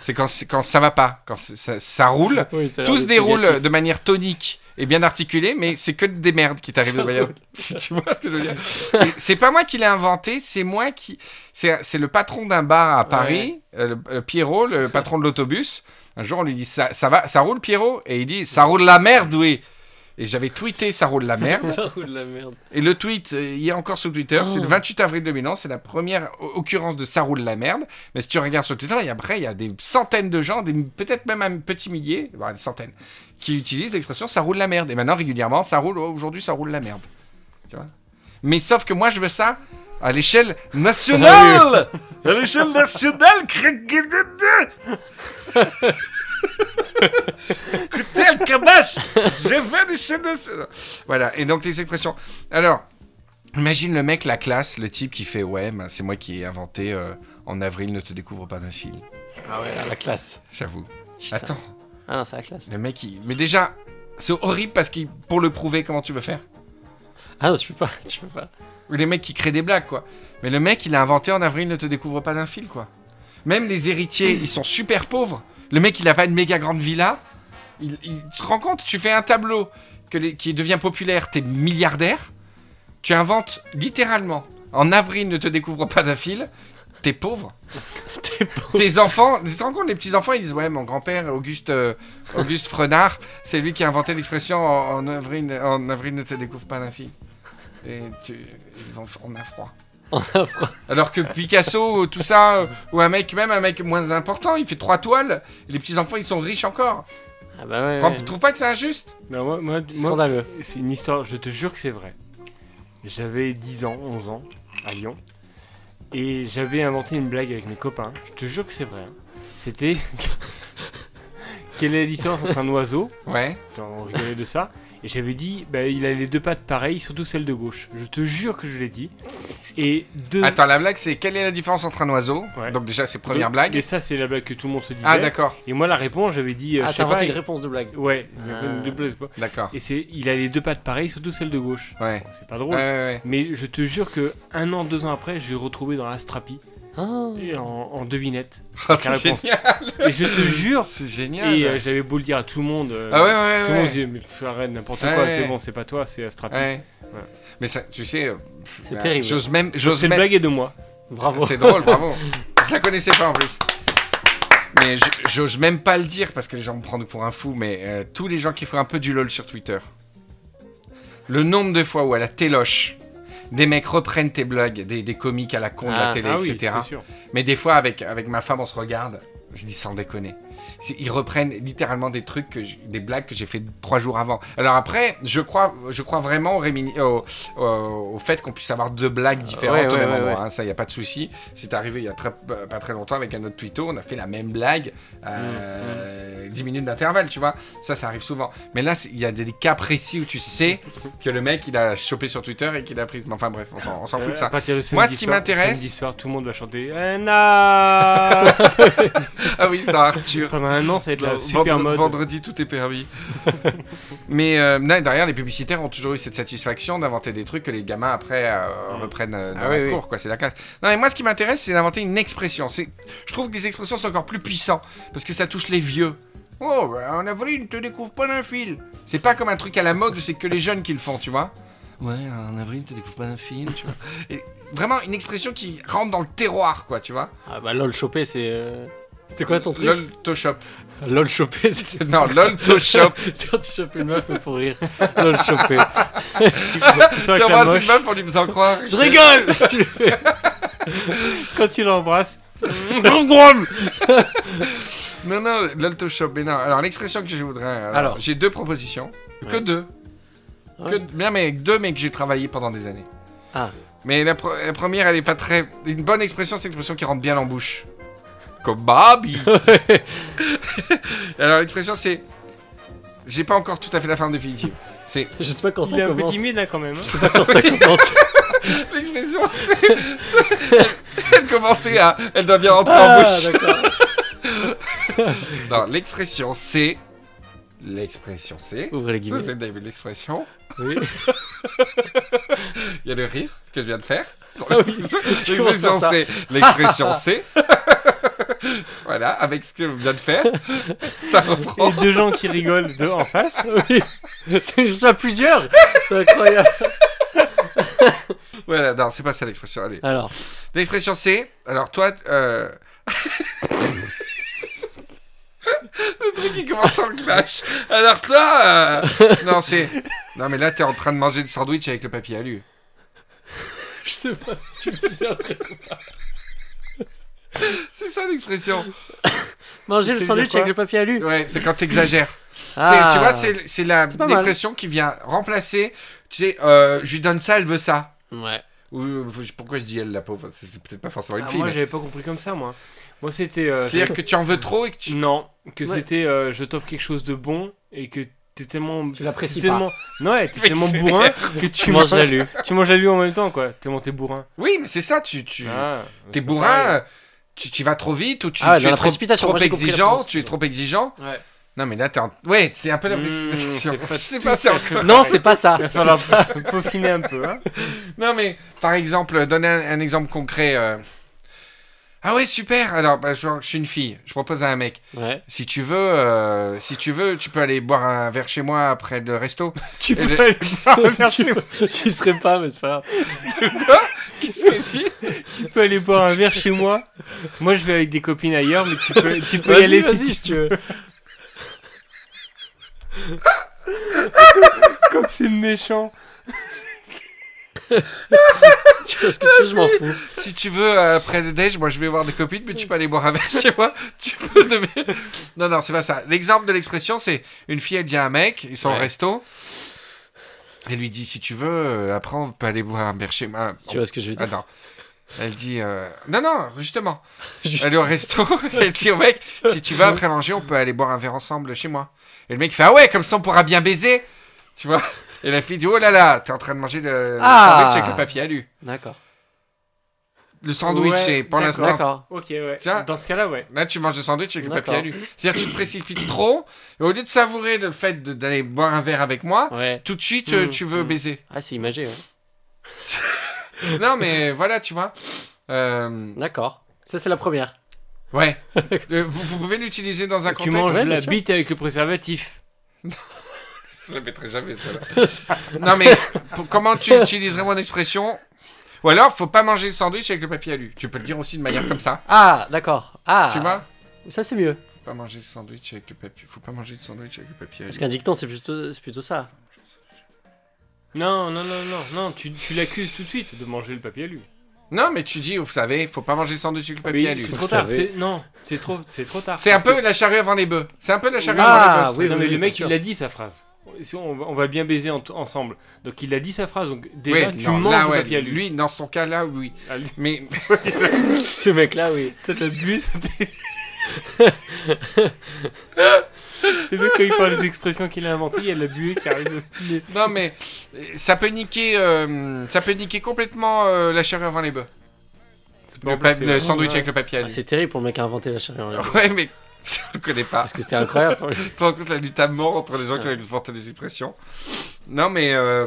C'est quand, c'est- quand ça va pas, quand c'est- ça, ça roule, Oui, ça a l'air tout se d'être déroule négatif. de manière tonique et bien articulée, mais c'est que des merdes qui t'arrivent de Ça manière- roule. tu, tu vois ce que je veux dire Et C'est pas moi qui l'ai inventé, c'est moi qui, c'est c'est le patron d'un bar à Paris, euh, le- euh, Pierrot, le patron de l'autobus. Un jour on lui dit ça, ça va, ça roule Pierrot, et il dit ça roule la merde, oui. Et j'avais tweeté ça roule la merde. Ça roule la merde. Et le tweet, euh, il est encore sur Twitter, c'est le Oh. 28 avril 2011, c'est la première o- occurrence de ça roule la merde. Mais si tu regardes sur Twitter, il y a, après, il y a des centaines de gens, des- peut-être même un petit millier, voire des centaines, qui utilisent l'expression ça roule la merde. Et maintenant, régulièrement, ça roule, oh, aujourd'hui, ça roule la merde. Tu vois Mais sauf que moi, je veux ça à l'échelle nationale À l'échelle nationale Écoutez, Alcabache J'ai fait des chaînes nationales Voilà, et donc les expressions. Alors, imagine le mec, la classe, le type qui fait Ouais, ben, c'est moi qui ai inventé euh, en avril, ne te découvre pas d'un fil. Ah ouais, la classe. J'avoue. Putain. Attends, Ah non, c'est la classe. le mec, il... Mais déjà, c'est horrible parce que pour le prouver, comment tu veux faire Ah non, tu peux pas, tu peux pas. Ou les mecs qui créent des blagues, quoi. Mais le mec, il a inventé en avril, ne te découvre pas d'un fil, quoi. Même les héritiers, ils sont super pauvres. Le mec, il a pas une méga grande villa. Il, il- tu te rends compte, tu fais un tableau que les- qui devient populaire, t'es milliardaire. Tu inventes littéralement en avril, ne te découvre pas d'un fil. T'es pauvre. T'es pauvre. Tes enfants, tu te rends compte, les petits enfants, ils disent Ouais, mon grand-père, Auguste, euh, Auguste Frenard, c'est lui qui a inventé l'expression en, en avril, en avril, ne te découvre pas d'un fil. Et tu, ils vont- on a froid. Alors que Picasso, tout ça, euh, ou un mec, même un mec moins important, il fait trois toiles, et les petits-enfants, ils sont riches encore. Ah bah ouais. Tu ouais. trouves pas que c'est injuste Non, moi, moi- C'est moi, scandaleux. c'est une histoire, je te jure que c'est vrai. J'avais 10 ans, 11 ans, à Lyon, et j'avais inventé une blague avec mes copains. Je te jure que c'est vrai. hein. C'était. Quelle est la différence entre un oiseau Ouais. On rigolait de ça. Et j'avais dit, bah, il a les deux pattes pareilles, surtout celle de gauche. Je te jure que je l'ai dit. Et deux. Attends, la blague, c'est quelle est la différence entre un oiseau Ouais. Donc, déjà, c'est deux- première blague. Et ça, c'est la blague que tout le monde se disait. Ah, d'accord, Et moi, la réponse, j'avais dit. euh, Ah, je sais t'as inventé pas. une réponse de blague. Ouais, Ah. une double- d'accord. Et c'est, il a les deux pattes pareilles, surtout celle de gauche. Ouais. Bon, C'est pas Ouais, drôle. ouais, Mais je te jure que un an, deux ans après, je l'ai retrouvé dans Astrapi Ah. et en, en devinette. ouais. Oh, c'est la réponse. génial. Et je te jure, C'est génial. et euh, j'avais beau le dire à tout le monde, euh, ah, ouais, tout ouais, le ouais. monde ouais. disait mais pff, arrête n'importe Ouais, quoi, ouais. c'est bon, c'est pas toi, c'est Astrapi. Ouais. Ouais. Mais ça, tu sais. euh, C'est bah, terrible. J'ose même. J'ose C'est même... une blague et de moi. Bravo. C'est drôle, bravo. Je la connaissais pas en plus. Mais je- j'ose même pas le dire parce que les gens me prennent pour un fou, mais euh, tous les gens qui font un peu du LOL sur Twitter, le nombre de fois où à la téloche, des mecs reprennent tes blagues, des, des comiques à la con de la Ah, télé, ah oui, etc. c'est sûr. mais des fois, avec, avec ma femme, on se regarde, je dis sans déconner. C'est- Ils reprennent littéralement des trucs, que j- des blagues que j'ai fait trois jours avant. Alors après, je crois, je crois vraiment au, rémini- au- au- au fait qu'on puisse avoir deux blagues différentes Ouais, au ouais, même ouais, moment. ouais. hein. ça, il n'y a pas de souci. C'est arrivé il y a très- pas très longtemps avec un autre twitto, on a fait la même blague Mm, euh, 10 minutes d'intervalle, tu vois. Ça, ça arrive souvent. Mais là, c'est- il y a des, des cas précis où tu sais que le mec, il a chopé sur Twitter et qu'il a pris. mais Enfin bref, on s'en- on s'en fout de Euh, à ça. partir de Moi, samedi ce qui soir- m'intéresse- Samedi soir, tout le monde va chanter Anna Ah oui, c'est dans Arthur. Pendant un an, ça va être la Vendre- super mode. Vendredi, tout est permis. Mais euh, là, derrière, les publicitaires ont toujours eu cette satisfaction d'inventer des trucs que les gamins après euh, reprennent euh, dans Ah la oui, oui. cour, quoi. C'est la classe. Non, mais moi, ce qui m'intéresse, c'est d'inventer une expression. C'est, je trouve que les expressions sont encore plus puissants parce que ça touche les vieux. Oh, bah, en avril, ne te découvre pas d'un fil. C'est pas comme un truc à la mode où c'est que les jeunes qui le font, tu vois. Ouais, en avril, ne te découvre pas d'un fil, tu vois. Et vraiment une expression qui rentre dans le terroir, quoi, tu vois. Ah bah lol chopé, c'est. euh, C'était quoi ton truc LOL to shop. Lol chopé, c'était. Non, LOL to shop. C'est quand tu chopes une meuf pour rire. Lol chopé. Ça va Tu être la embrasses moche. une meuf en lui faisant croire. Je rigole Tu le fais. Quand tu l'embrasses, Non, non, l'altoshop, mais non. Alors, l'expression que je voudrais. Alors, Alors. j'ai deux propositions. Que Ouais. deux. Que, Ouais. bien, mais avec deux, mais que j'ai travaillé pendant des années. Ah. Mais la, pre- la première, elle est pas très. Une bonne expression, c'est une expression qui rentre bien en bouche. Comme Babi Alors, l'expression, c'est. J'ai pas encore tout à fait la forme définitive. C'est. Je sais pas quand il est ça un peu commence. timide là quand même. hein. Je sais pas quand ça commence. L'expression, c'est. elle commençait à. Elle doit bien rentrer Ah, en bouche. d'accord. Non, l'expression c'est. L'expression c'est. Ouvrez les Ça, guillemets. c'est le début de l'expression. Oui. Il y a le rire que je viens de faire. oui. Tu commences L'expression par ça. c'est. L'expression c'est. voilà, avec ce que je viens de faire, ça reprend. Et deux gens qui rigolent de- en face. Oui. C'est juste à plusieurs. C'est incroyable. Voilà, non, c'est pas ça l'expression. Allez. Alors, L'expression c'est. Alors toi. euh, le truc qui commence en clash. Alors toi. euh, Non, c'est. Non, mais là, t'es en train de manger le sandwich avec le papier alu. je sais pas si tu me disais un truc. C'est ça l'expression. Manger le C'est sandwich bien quoi avec le papier alu. Ouais, c'est quand t'exagères. C'est- Ah. Tu vois, c'est c'est la pas mal. dépression qui vient remplacer. Tu sais, euh, je lui donne ça, elle veut ça. Ouais. Ou, euh, pourquoi je dis elle, la pauvre C'est c'est peut-être pas forcément une Ah, fille. moi, mais- j'avais pas compris comme ça, moi. Moi, c'était. euh, Mm. C'est-à-dire que tu en veux trop et que tu. Non, que Ouais. c'était euh, je t'offre quelque chose de bon et que t'es tellement. Tu l'apprécies t'es tellement... Non, ouais, t'es Mais tellement c'est bourrin que tu Mange manges, la lue. tu manges la lue en même temps, quoi. Tellement t'es bourrin. Oui, mais c'est ça, tu. tu... Ah, T'es c'est pas pareil. bourrin, tu, tu vas trop vite ou tu, Ah, tu dans es la trop, précipitation, trop moi, j'ai compris la exigeant précipitation. Tu es trop exigeant Ouais. Non, mais là, t'es en- Ouais, c'est un peu la Mmh, précipitation. c'est pas Je sais tout pas, c'est à encore- Non, c'est pas ça. Il va C'est falloir ça. peaufiner un peu. Hein. Non, mais par exemple, donner un, un exemple concret. euh, Ah ouais, super Alors, bah, genre, je suis une fille, je propose à un mec. Ouais. Si tu veux, euh, si tu veux, tu peux aller boire un verre chez moi après le resto. Tu Et peux aller boire un verre chez moi. J'y serais pas, mais c'est pas grave. Tu peux aller boire un verre chez moi. Moi, je vais avec des copines ailleurs, mais tu peux, tu peux y Vas-y, aller. si vas-y, si tu veux. tu- Comme c'est méchant. tu fais ce que tu veux, je m'en fous. Si tu veux, euh, après le déj, moi je vais voir des copines, mais tu peux aller boire un verre chez moi. Tu peux devenir- Non, non, c'est pas ça. L'exemple de l'expression, c'est une fille, elle dit à un mec, ils sont Ouais. au resto. Elle lui dit, si tu veux, euh, après on peut aller boire un verre chez moi. Tu vois ce que je veux dire Attends. Elle dit, euh, non, non, justement. Juste- Elle est au resto, elle dit au mec, si tu veux, après manger, on peut aller boire un verre ensemble chez moi. Et le mec fait, ah ouais, comme ça on pourra bien baiser. Tu vois Et la fille dit, oh là là, t'es en train de manger le, le Ah. sandwich avec le papier alu. D'accord. Le sandwich, Ouais, c'est pour d'accord. l'instant. D'accord. Ok, ouais. Tiens. Dans ce cas-là, ouais. Là, tu manges le sandwich avec le papier D'accord. alu. C'est-à-dire, tu te précipites trop, et au lieu de savourer le fait de- d'aller boire un verre avec moi, Ouais. tout de suite, euh, Mm, tu veux mm. baiser. Ah, c'est imagé, ouais. non, mais voilà, tu vois. Euh, D'accord. Ça, c'est la première. ouais. Euh, vous, vous pouvez l'utiliser dans un Tu contexte. manges ouais, bien la sûr. bite avec le préservatif. Je répéterai jamais ça. là. non, mais pour- comment tu utiliserais mon expression Ou alors, faut pas manger le sandwich avec le papier alu. Tu peux le dire aussi de manière comme ça. Ah, d'accord. Ah. Tu vois Ça, c'est mieux. Faut pas manger le sandwich avec le papier. Faut pas manger le sandwich avec le papier alu. Parce qu'un dicton, c'est plutôt, c'est plutôt ça. Non, non, non, non, non. Tu, tu l'accuses tout de suite de manger le papier alu. Non, mais tu dis, vous savez, faut pas manger le sandwich avec le papier Mais alu. c'est Vous trop tard. savez. c'est- Non, c'est trop, c'est trop tard. C'est un Parce peu la charrue avant les bœufs. C'est un peu la charrue Ah, avant les bœufs. ce oui, truc. non, mais oui, le bien mec, sûr. il a dit sa phrase. Si on, va- on va bien baiser en- ensemble. Donc il a dit sa phrase. Donc déjà, Oui, tu non, manges là, le ouais, papier à lui. Lui, dans son cas là, oui. Ah, lui. Mais Ce mec-là, oui. T'as de la buée sur tes- C'est vrai quand il parle des expressions qu'il a inventées, il y a de la buée qui arrive. non, mais euh, ça peut niquer, euh, ça peut niquer complètement euh, la charrue avant les bœufs. C'est Le, pas pa- possible. le sandwich ouais. avec le papier à Ah, c'est terrible pour le mec qui a inventé la charrue en l'air. Ouais, mais je le connais pas. Parce que c'était incroyable. Tu te rends compte la lutte à mort entre les gens qui ont exporté des expressions. Non, mais euh,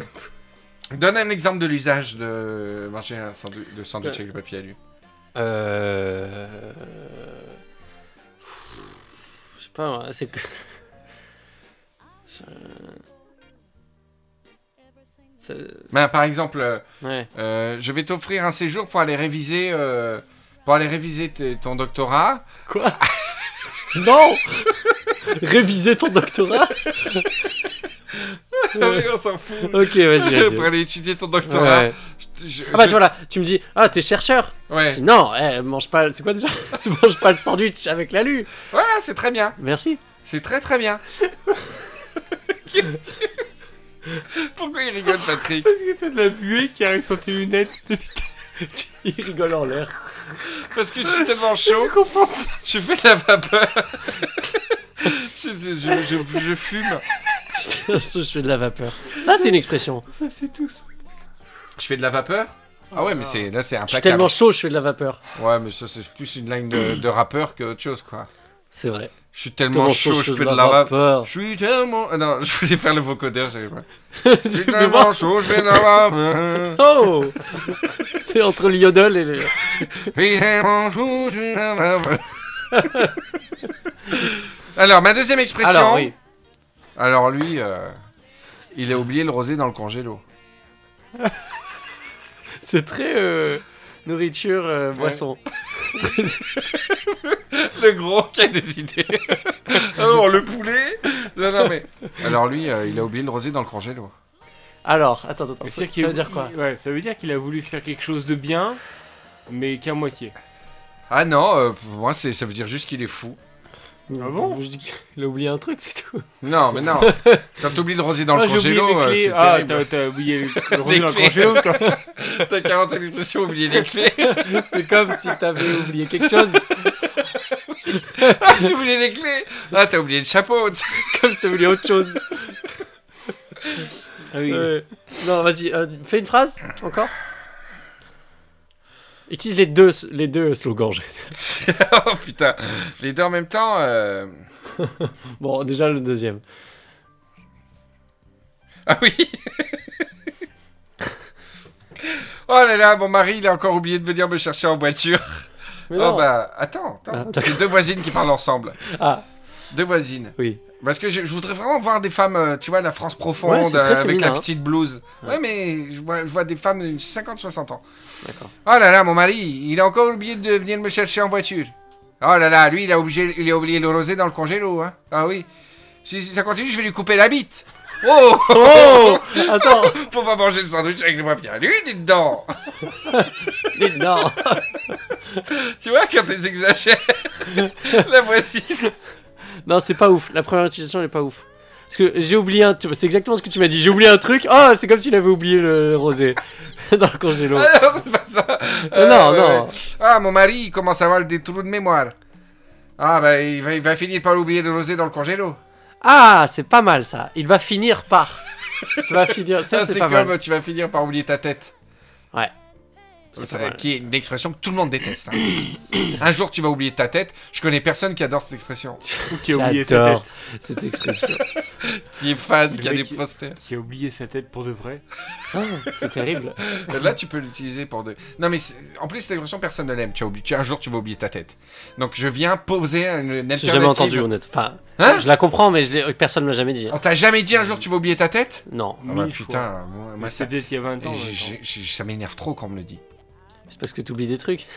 donne un exemple de l'usage de manger un sandwich, de sandwich avec le papier à lui. Euh... Je sais pas, moi, c'est que. Je- C'est- Ben, par exemple, euh, Ouais. euh, je vais t'offrir un séjour pour aller réviser, euh, pour aller réviser t- ton doctorat. Quoi Non Réviser ton doctorat Ah, Mais on s'en fout. Ok, vas-y, pour vas-y. aller étudier ton doctorat. Ouais. Je- je- Ah bah je- tu vois là, tu me dis ah t'es chercheur. Je Ouais. dis, non, eh, mange pas. C'est quoi déjà Tu manges pas le sandwich avec l'alu. Voilà, c'est très bien. Merci. C'est très très bien. Qu'est-ce que- Pourquoi il rigole, Patrick Parce que t'as de la buée qui arrive sur tes lunettes. Il rigole en l'air. Parce que je suis tellement chaud. Je comprends. Je fais de la vapeur. je, je- je- je- je fume. je fais de la vapeur. Ça c'est une expression. Ça c'est tout ça. Je fais de la vapeur Ah ouais, mais c'est là, c'est un Je suis tellement chaud, je fais de la vapeur. Ouais, mais ça, c'est plus une ligne de, de rappeur que autre chose, quoi. C'est vrai. Je suis tellement chaud, je fais de la vapeur. Je suis tellement. ah Non, je voulais faire le vocodeur, j'avais pas. Je suis tellement chaud, je fais de la vapeur. Oh C'est entre le yodel et le... Alors, ma deuxième expression. Alors, oui. Alors, lui, euh, il a oublié le rosé dans le congélo. C'est très euh, nourriture, euh, boisson. Le gros qui a des idées. Alors, le poulet. Non, non, mais. Alors, lui, euh, il a oublié le rosé dans le congélo. Alors, attends, attends, Mais ça, c'est-à-dire qu'il- Ah veut dire quoi Ouais, ça veut dire qu'il a voulu faire quelque chose de bien, mais qu'à moitié. Ah non, euh, pour moi, c'est, ça veut dire juste qu'il est fou. Ah bon Je dis qu'il a oublié un truc, c'est tout. Non, mais non. Quand t'oublies le rosé dans ah, le j'ai oublié mes congélo, euh, clés. c'est ah, terrible. t'as t'as oublié le rosé dans le clés. congélo, quoi. T'as 40 expressions, oublié les clés. C'est comme si t'avais oublié quelque chose, Ah, j'ai oublié les clés. Ah, t'as oublié le chapeau. comme si t'avais oublié autre chose. Ah oui. Ah Euh, non, vas-y, euh, fais une phrase, encore. Utilise les deux, les deux slogans. j'ai- oh putain, les deux en même temps. euh, Bon, déjà le deuxième. Ah oui Oh là là, mon mari, il a encore oublié de venir me chercher en voiture. Mais oh non. bah, attends, Ah, attends. d'accord. J'ai deux voisines qui parlent ensemble. Ah, Deux voisines. oui. Parce que je, je voudrais vraiment voir des femmes, euh, tu vois, la France profonde, Ouais, c'est très euh, avec féminin, la hein. petite blouse. Ouais, Ouais. mais je vois, je vois des femmes de 50-60 ans. D'accord. Oh là là, mon mari, il a encore oublié de venir me chercher en voiture. Oh là là, lui, il a, obligé, il a oublié le rosé dans le congélo, hein. Ah oui. Si si ça continue, je vais lui couper la bite. Oh Oh Attends Faut pas manger le sandwich avec le papier à lui, dis dedans Mais non Tu vois, quand ils exagèrent, la voici. Non, c'est pas ouf. La première utilisation, elle est pas ouf. Parce que j'ai oublié un... tu- C'est exactement ce que tu m'as dit. J'ai oublié un truc. Oh, c'est comme s'il avait oublié le rosé dans le congélo. Ah non, c'est pas ça. Euh, non, ouais, non. ouais. Ah, mon mari, il commence à avoir des trous de mémoire. Ah, bah, il va, il va finir par oublier le rosé dans le congélo. Ah, c'est pas mal, ça. Il va finir par... Ça va finir... Ça, Ah, c'est c'est pas comme mal. tu vas finir par oublier ta tête. Ouais. C'est Ça, pas mal. qui est une expression que tout le monde déteste. hein. Un jour, tu vas oublier ta tête. Je connais personne qui adore cette expression. Ou qui a oublié sa J'adore. tête. Cette expression. Qui est fan, Le qui a des mec qui- posters. Qui a oublié sa tête pour de vrai. Ah, c'est terrible. Euh, Là, tu peux l'utiliser pour deux. Non, mais c'est- en plus, cette expression, personne ne l'aime. Tu as oublié... tu- Un jour, tu vas oublier ta tête. Donc, je viens poser une, une J'ai jamais entendu, alternative. honnête. Enfin, Hein je la comprends, mais je l'ai- personne ne m'a jamais dit. hein. On t'a jamais dit un jour, tu vas oublier ta tête Non. Ah bah, Mille fois. Putain, moi, moi, Mais ça, c'est peut-être il y a 20 ans. j'ai- 20 ans. j'ai- j'ai- ça m'énerve trop quand on me le dit. C'est parce que t'oublies des trucs.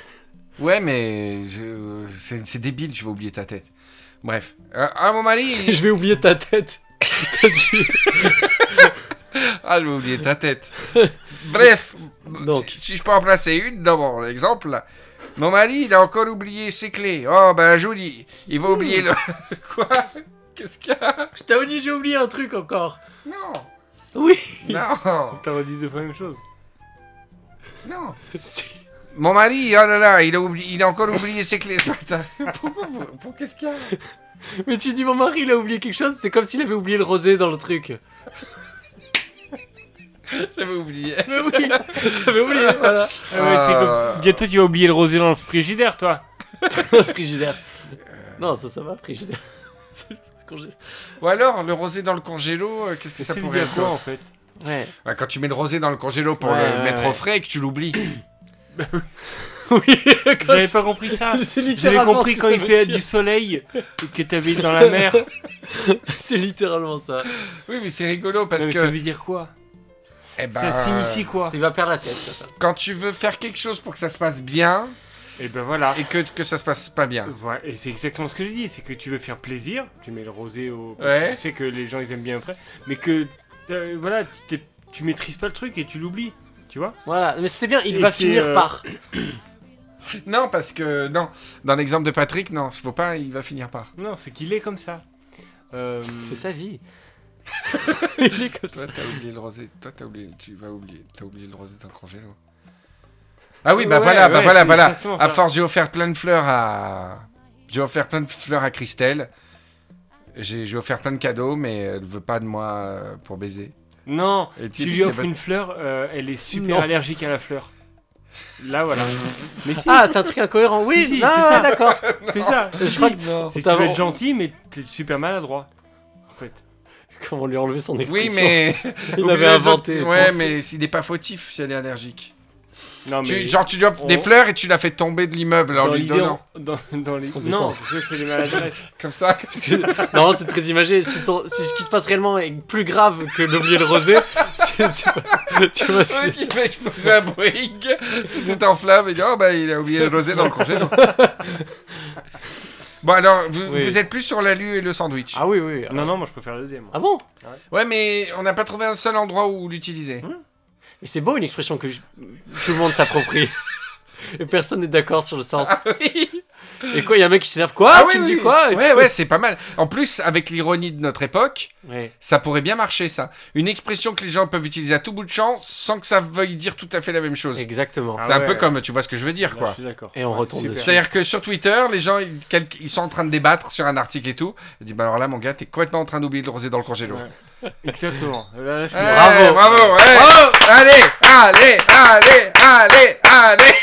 Ouais, mais je- euh, c'est c'est débile, tu vas oublier ta tête. Bref. Euh, ah, mon mari il- je vais oublier ta tête. T'as dit- Ah, je vais oublier ta tête. Bref, Donc. si, si je peux en placer une dans mon exemple, là. Mon mari, il a encore oublié ses clés. Oh, ben, joli. Il va oublier le... Quoi Qu'est-ce qu'il y a Je t'avais dit, j'ai oublié un truc encore. Non Oui. Non T'as redit deux fois la même chose. Non Si. Mon mari, oh là là, il a, oubli- il a encore oublié ses clés ce matin. Pourquoi pour, pour- Qu'est-ce qu'il y a Mais tu dis mon mari il a oublié quelque chose, c'est comme s'il avait oublié le rosé dans le truc. J'avais oublié. Mais oui, t'avais oublié, voilà. Ah ouais, c'est comme ça. Bientôt tu vas oublier le rosé dans le frigidaire, toi. frigidaire. Euh, Non, ça, ça va, frigidaire. C'est le congé. Ou alors, le rosé dans le congélo, euh, qu'est-ce que Mais ça c'est pourrait dire être quoi en d'autre fait Ouais. Bah, Quand tu mets le rosé dans le congélo pour Ouais, le ouais, mettre ouais. au frais et que tu l'oublies. Oui, J'avais pas compris ça. C'est J'avais littéralement compris ce que quand ça il veut fait dire. du soleil et que t'avais dans la mer. C'est littéralement ça. Oui, mais c'est rigolo parce Non, mais que... ça veut dire quoi eh ben, Ça signifie quoi Il va perdre la tête. ça. Quand tu veux faire quelque chose pour que ça se passe bien Et ben voilà. et que, que ça se passe pas bien. Voilà, et c'est exactement ce que j'ai dit, c'est que tu veux faire plaisir, tu mets le rosé au... parce Ouais. que tu sais que les gens ils aiment bien frais, mais que euh, voilà, tu, t'es- tu maîtrises pas le truc et tu l'oublies, tu vois Voilà, mais c'était bien, il Et va c'est, finir euh, par. Non, parce que... Non, dans l'exemple de Patrick, non, faut pas, il va finir par. Non, c'est qu'il est comme ça. Euh, C'est sa vie. il est comme ça. Toi, t'as oublié le rosé. Toi, t'as oublié. Tu vas oublier. T'as oublié le rosé dans le congélo. Ah oui, bah Ouais, voilà, bah ouais, voilà, c'est voilà. exactement À ça. force, j'ai offert plein de fleurs à. J'ai offert plein de fleurs à Christelle. J'ai j'ai offert plein de cadeaux, mais elle veut pas de moi euh, pour baiser. Non, Et tu dis lui qu'elle offres va- une fleur, euh, elle est super Non. allergique à la fleur. Là voilà. mais si, Ah, c'est un truc incohérent. Oui, Si, si, non, c'est ça. ouais, d'accord. c'est ça. Je crois que C'est que T'as- tu veux être gentil, mais t'es super maladroit. En fait. Comment lui enlever son Oui, expression mais. Il Oublie avait les inventé. autres- attends, Ouais, c'est- mais s'il n'est pas fautif, si elle est allergique. Non, Tu- mais genre, tu lui offres on- des fleurs et tu la fais tomber de l'immeuble en dans lui l'idée, donnant. on- dans, dans les... Sans non, détendre. parce que c'est les maladresses. Comme ça, comme ça. non, c'est très imagé. Si, ton- si ce qui se passe réellement est plus grave que d'oublier le rosé, c'est- c'est pas- tu vois ce que je veux Ouais, dire. il fait exploser un brick, tout est en flammes, et il dit, oh bah il a oublié le rosé dans le congélo. bon alors, vous, Oui. vous êtes plus sur l'alu et le sandwich. Ah oui, oui. non, non, moi je préfère le deuxième. Ah bon Ouais, mais on n'a pas trouvé un seul endroit où l'utiliser. Mais c'est beau une expression que je- tout le monde s'approprie. Et personne n'est d'accord sur le sens. Ah oui. Ah Et quoi, il y a un mec qui s'énerve. Quoi Ah, Tu me dis quoi Et Ouais, tout- ouais, c'est pas mal. En plus, avec l'ironie de notre époque, Ouais. ça pourrait bien marcher ça. Une expression que les gens peuvent utiliser à tout bout de champ sans que ça veuille dire tout à fait la même chose. Exactement. Ah C'est un ouais. peu comme, tu vois ce que je veux dire, Là, quoi. je suis d'accord. Et on Ah, retourne super. dessus. C'est-à-dire que sur Twitter, les gens, ils, quel- ils sont en train de débattre sur un article et tout. Ils disent, bah alors là, mon gars, t'es complètement en train d'oublier le rosé dans le congélo. Ouais. Exactement. Là, là, je suis Eh, d'accord. Bravo. Oh. bravo, ouais. Allez, allez, allez, allez, allez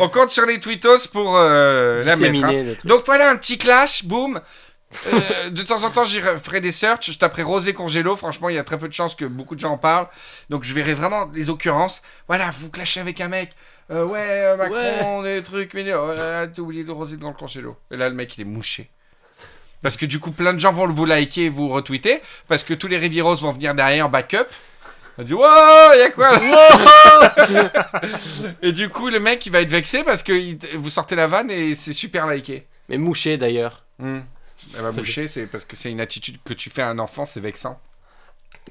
on compte sur les twittos pour euh, la mettre. hein. Disséminer le truc. Donc voilà un petit clash, boum. Euh, de temps en temps, j'y ferai des searches. Je taperai Rosé Congélo. Franchement, il y a très peu de chances que beaucoup de gens en parlent. Donc, je verrai vraiment les occurrences. Voilà, vous clashez avec un mec. Euh, ouais, euh, Macron, des trucs. Mais oh là là, t'as oublié de Rosé dans le Congélo. Et là, le mec, il est mouché. Parce que du coup, plein de gens vont vous liker et vous retweeter. Parce que tous les Riviros vont venir derrière en backup. On dit, wow, il y a quoi là Et du coup, le mec, il va être vexé parce que il- vous sortez la vanne et c'est super liké. Mais mouché d'ailleurs. Hmm. Elle va Ça moucher, c'est parce que c'est une attitude que tu fais à un enfant, c'est vexant.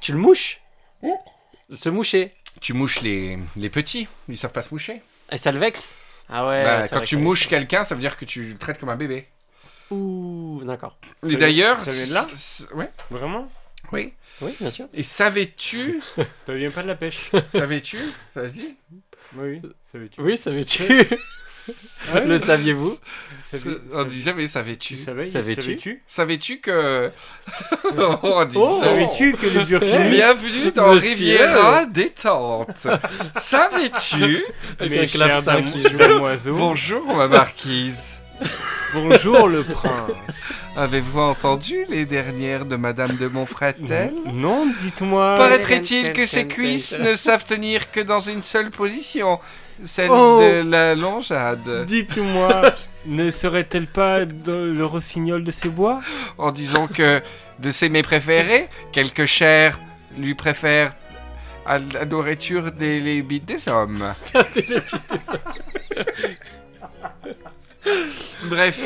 Tu le mouches Se moucher. Tu mouches les, les petits, ils savent pas se moucher. Et ça le vexe Ah ouais. Bah, c'est quand vrai tu que ça mouches vexe. quelqu'un, ça veut dire que tu le traites comme un bébé. Ouh, d'accord. Et d'ailleurs, celui-là c- c- ouais, Vraiment oui. Oui, bien sûr. Et savais-tu, Ça vient pas de la pêche. savais-tu, ça se dit, oui, ça veut tu. Oui, savais-tu Le saviez-vous Savais- on dit jamais ah, savais-tu. Tu savais Savais-tu Savais-tu Savais-tu que on dit Oh. Savais-tu que les burkinis Bienvenue dans Monsieur. Riviera détente. savais-tu Avec mes un chers clavecin dam- qui joue. damoiseaux, Bonjour ma marquise. Bonjour le prince. Avez-vous entendu les dernières de Madame de Montfratel Non, dites-moi. Paraîtrait-il que ses cuisses ne savent tenir que dans une seule position, celle Oh. de la longeade. Dites-moi, ne serait-elle pas de- le rossignol de ces bois En disant que de ses mets préférés, quelque chair lui préfère à la nourriture des les bites des hommes. Bref,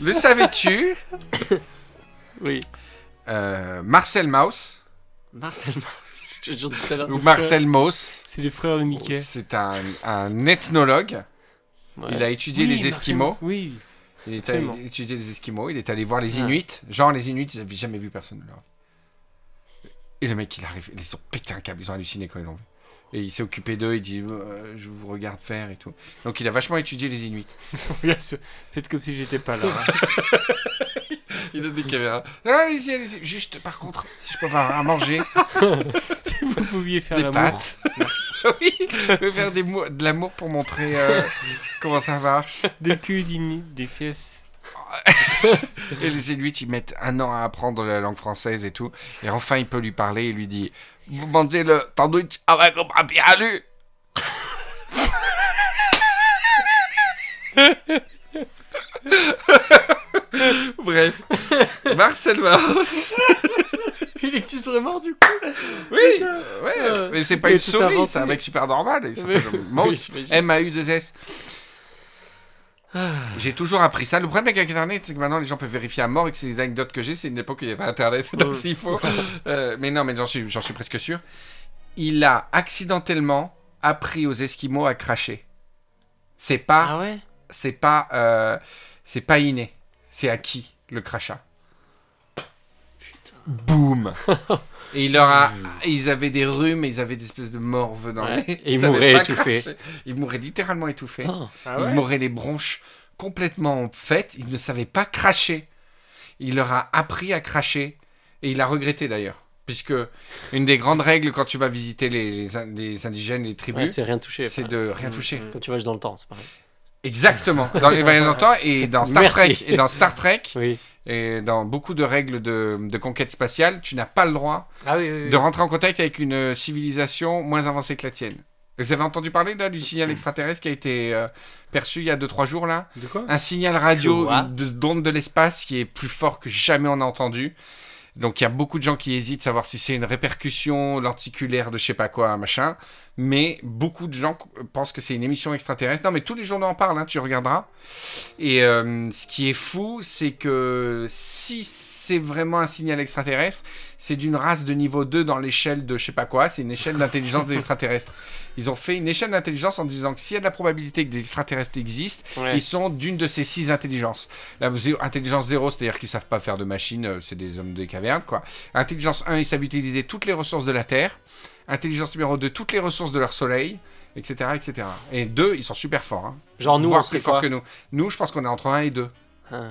le savais-tu Oui. Euh, Marcel Mauss, Marcel Mauss, je te jure tout à l'heure. ou Marcel Mauss, C'est les frères de Mickey. Oh, c'est un, un ethnologue. Ouais. Il a étudié Oui, les Marcel Esquimaux. Mauss, Oui. Il est Absolument. allé étudier les Esquimaux, il est allé voir les Ah. Inuits. Genre, les Inuits, ils n'avaient jamais vu personne de leur vie. Et le mec, il arrive, ils ont pété un câble, ils ont halluciné quand ils l'ont vu. Et il s'est occupé d'eux, il dit Euh, Je vous regarde faire et tout. Donc, il a vachement étudié les Inuits. Regarde, Faites comme si j'étais pas là. hein. Il a des caméras. Ah, allez-y, allez-y. Juste, par contre, si je peux avoir à manger, Vous pouviez faire des l'amour. pâtes. oui, je vais faire des mou- de l'amour pour montrer euh, comment ça marche. Des culs, des, des fesses. Et les Inuits, ils mettent un an à apprendre la langue française et tout. Et enfin, il peut lui parler. Il lui dit Vous mangez le sandwich avec un papier alu Bref, Marcel Mauss. Il existe vraiment du coup Oui, ouais, Euh, mais c'est tu pas peux une tout souris, inventer. c'est un mec super normal. il s'appelle Oui, Mauss. j'imagine. M-A-U-2-S. Ah. J'ai toujours appris ça. Le problème avec Internet, c'est que maintenant les gens peuvent vérifier à mort et que c'est les anecdotes que j'ai, c'est une époque où il n'y avait pas Internet. Donc Mm. s'il faut. Euh, mais non, mais j'en suis, j'en suis presque sûr. Il a accidentellement appris aux Esquimaux à cracher. C'est pas, Ah ouais c'est pas, euh, c'est pas inné. C'est acquis le crachat. Boum. Et il leur a, ils avaient des rhumes, et ils avaient des espèces de morve dans Mmh. Ouais. les. Et ils savaient mouraient pas étouffés. cracher. Ils mouraient littéralement étouffés. Ah. Ah Ils m'auraient les bronches complètement faites. Ils ne savaient pas cracher. Il leur a appris à cracher. Et il a regretté d'ailleurs. Puisque une des grandes règles quand tu vas visiter les, les in- les indigènes, les Ouais, tribus, c'est hein. rien touché. c'est enfin, de rien toucher. Mmh. Quand tu voyages dans le temps, c'est pareil. Exactement. Dans les voyages en temps et dans Star Merci. Trek. Et dans Star Trek, Oui. et dans beaucoup de règles de, de conquête spatiale, tu n'as pas le droit Ah oui, oui. de rentrer en contact avec une civilisation moins avancée que la tienne. Vous avez entendu parler là, du signal extraterrestre qui a été euh, perçu il y a 2-3 jours là De quoi un signal radio Quoi une- de- d'onde de l'espace qui est plus fort que jamais on a entendu. Donc il y a beaucoup de gens qui hésitent à savoir si c'est une répercussion lenticulaire de je sais pas quoi, machin. Mais beaucoup de gens co- pensent que c'est une émission extraterrestre. Non mais tous les journaux en parlent, hein, tu regarderas. Et euh, ce qui est fou, c'est que si c'est vraiment un signal extraterrestre, c'est d'une race de niveau 2 dans l'échelle de je sais pas quoi, c'est une échelle d'intelligence des extraterrestres. Ils ont fait une échelle d'intelligence en disant que s'il y a de la probabilité que des extraterrestres existent, Ouais. ils sont d'une de ces six intelligences. La zé- intelligence 0, c'est-à-dire qu'ils savent pas faire de machines, euh, c'est des hommes des cavernes, quoi. Intelligence 1, ils savent utiliser toutes les ressources de la Terre. Intelligence numéro 2, toutes les ressources de leur soleil, etc., etc. Et 2, ils sont super forts. Hein. Genre nous, Voire on serait plus forts quoi que nous. Nous, je pense qu'on est entre 1 et 2. Ah.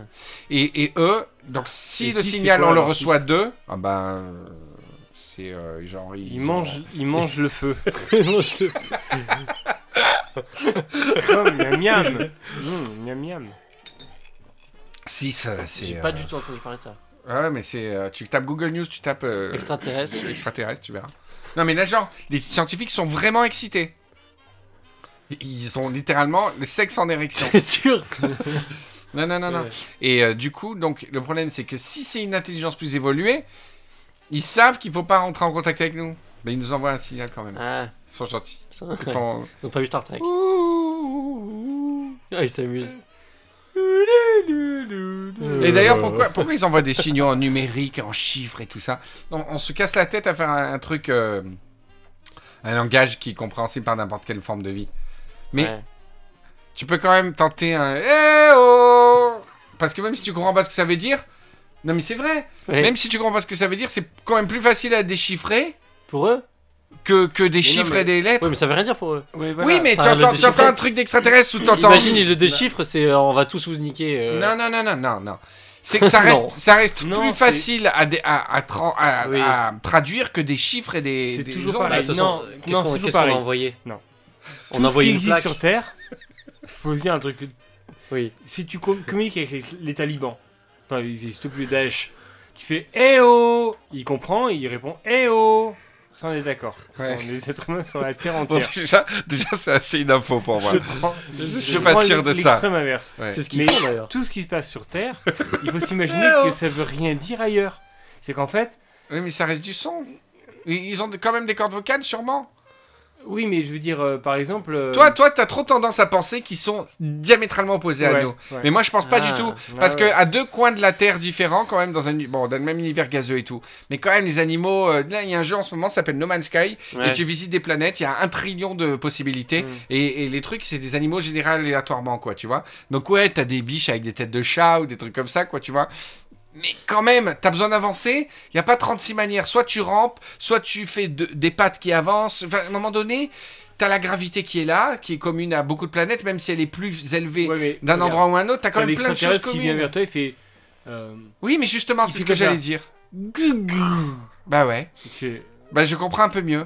Et, et eux, donc Ah, si Et le six, c'est signal, quoi, on le alors, reçoit six 2, ah ben... euh, C'est euh, genre... Il ont- mange, il mange le feu. Moi, je le- Comme miam miam. Mmh, miam miam. 6, c'est. J'ai euh, pas du tout entendu parler de ça. Ouais, mais c'est. euh, tu tapes Google News, tu tapes. euh, Extraterrestre. euh, Extraterrestre, tu verras. Non, mais là, genre, les scientifiques sont vraiment excités. Ils ont littéralement le sexe en érection. C'est sûr. Non, non, non, non. Ouais. Et euh, du coup, donc, le problème, c'est que si c'est une intelligence plus évoluée, ils savent qu'il faut pas rentrer en contact avec nous. Mais ils nous envoient un signal quand même. Ah, Ils sont gentils. ça- Ils font- ils ont pas vu Star Trek. Ah, ils s'amusent. Et Euh, d'ailleurs, pourquoi, pourquoi ils envoient des signaux en numérique, en chiffres et tout ça on, on se casse la tête à faire un, un truc, euh, un langage qui est compréhensible par n'importe quelle forme de vie. Mais Ouais. tu peux quand même tenter un Eh oh Parce que même si tu comprends pas ce que ça veut dire, non mais c'est vrai, Eh. Ouais. même si tu comprends pas ce que ça veut dire, c'est quand même plus facile à déchiffrer Pour eux que, que des non, chiffres mais- et des lettres. Oui, mais ça veut rien dire pour eux. Oui, oui, mais tu ça, le entends, tu déchiffrer. entends un truc d'extraterrestre ou t'entends. Imagine, ils le bah. déchiffrent, c'est euh, on va tous vous niquer. euh. Non, non, non, non, non, non. C'est que ça Non. reste, ça reste Non, plus c'est- facile à, dé- à, à tra- à- Oui. à traduire que des chiffres et des. C'est des toujours ondes. Bah, pareil. de toute façon, Non, qu'est-ce non, c'est qu'on qu'est-ce toujours qu'on a pareil. envoyé Non. Tout On a ce qui envoyé une existe plaque. sur Terre, faut se dire un truc. Oui. Si tu com- communiques avec les, les talibans, enfin, ils existent plus, Daesh, tu fais Eh oh Il comprend, il répond Eh oh Ça, on est d'accord. Ouais. On est des êtres humains sur la Terre Bon, entière. déjà, déjà c'est assez une info pour moi. Je prends- Je je suis pas prends sûr de ça. l'extrême inverse. Ouais. C'est ce Mais- qu'ils font d'ailleurs. Tout ce qui se passe sur Terre, il faut s'imaginer Eh oh que ça veut rien dire ailleurs. C'est qu'en fait, Oui, mais ça reste du son. Ils- Ils ont quand même des cordes vocales, sûrement. oui, mais je veux dire, euh, par exemple. euh, Toi, toi, t'as trop tendance à penser qu'ils sont diamétralement opposés à ouais, nous. ouais. Mais moi, je pense pas Ah. du tout. Ouais, Parce ouais. que à deux coins de la Terre différents, quand même, dans un uni- bon, dans le même univers gazeux et tout. Mais quand même, les animaux. euh, là, il y a un jeu en ce moment, ça s'appelle No Man's Sky, Ouais. et tu visites des planètes. Il y a un trillion de possibilités, Mm. et, et les trucs, c'est des animaux générés aléatoirement, quoi, tu vois. Donc ouais, t'as des biches avec des têtes de chat ou des trucs comme ça, quoi, tu vois. Mais quand même, t'as besoin d'avancer. Il y a pas 36 manières. Soit tu rampes, soit tu fais de- des pattes qui avancent. Enfin, à un moment donné. T'as la gravité qui est là, qui est commune à beaucoup de planètes, même si elle est plus élevée Ouais, mais d'un regarde, endroit ou un autre. T'as t'as quand même plein de choses l'extraterrestre qui vient communes. vers toi, il fait. euh, Oui, mais justement, Il c'est fait ce que comme ça. j'allais dire. Bah ouais. il fait- Bah je comprends un peu mieux.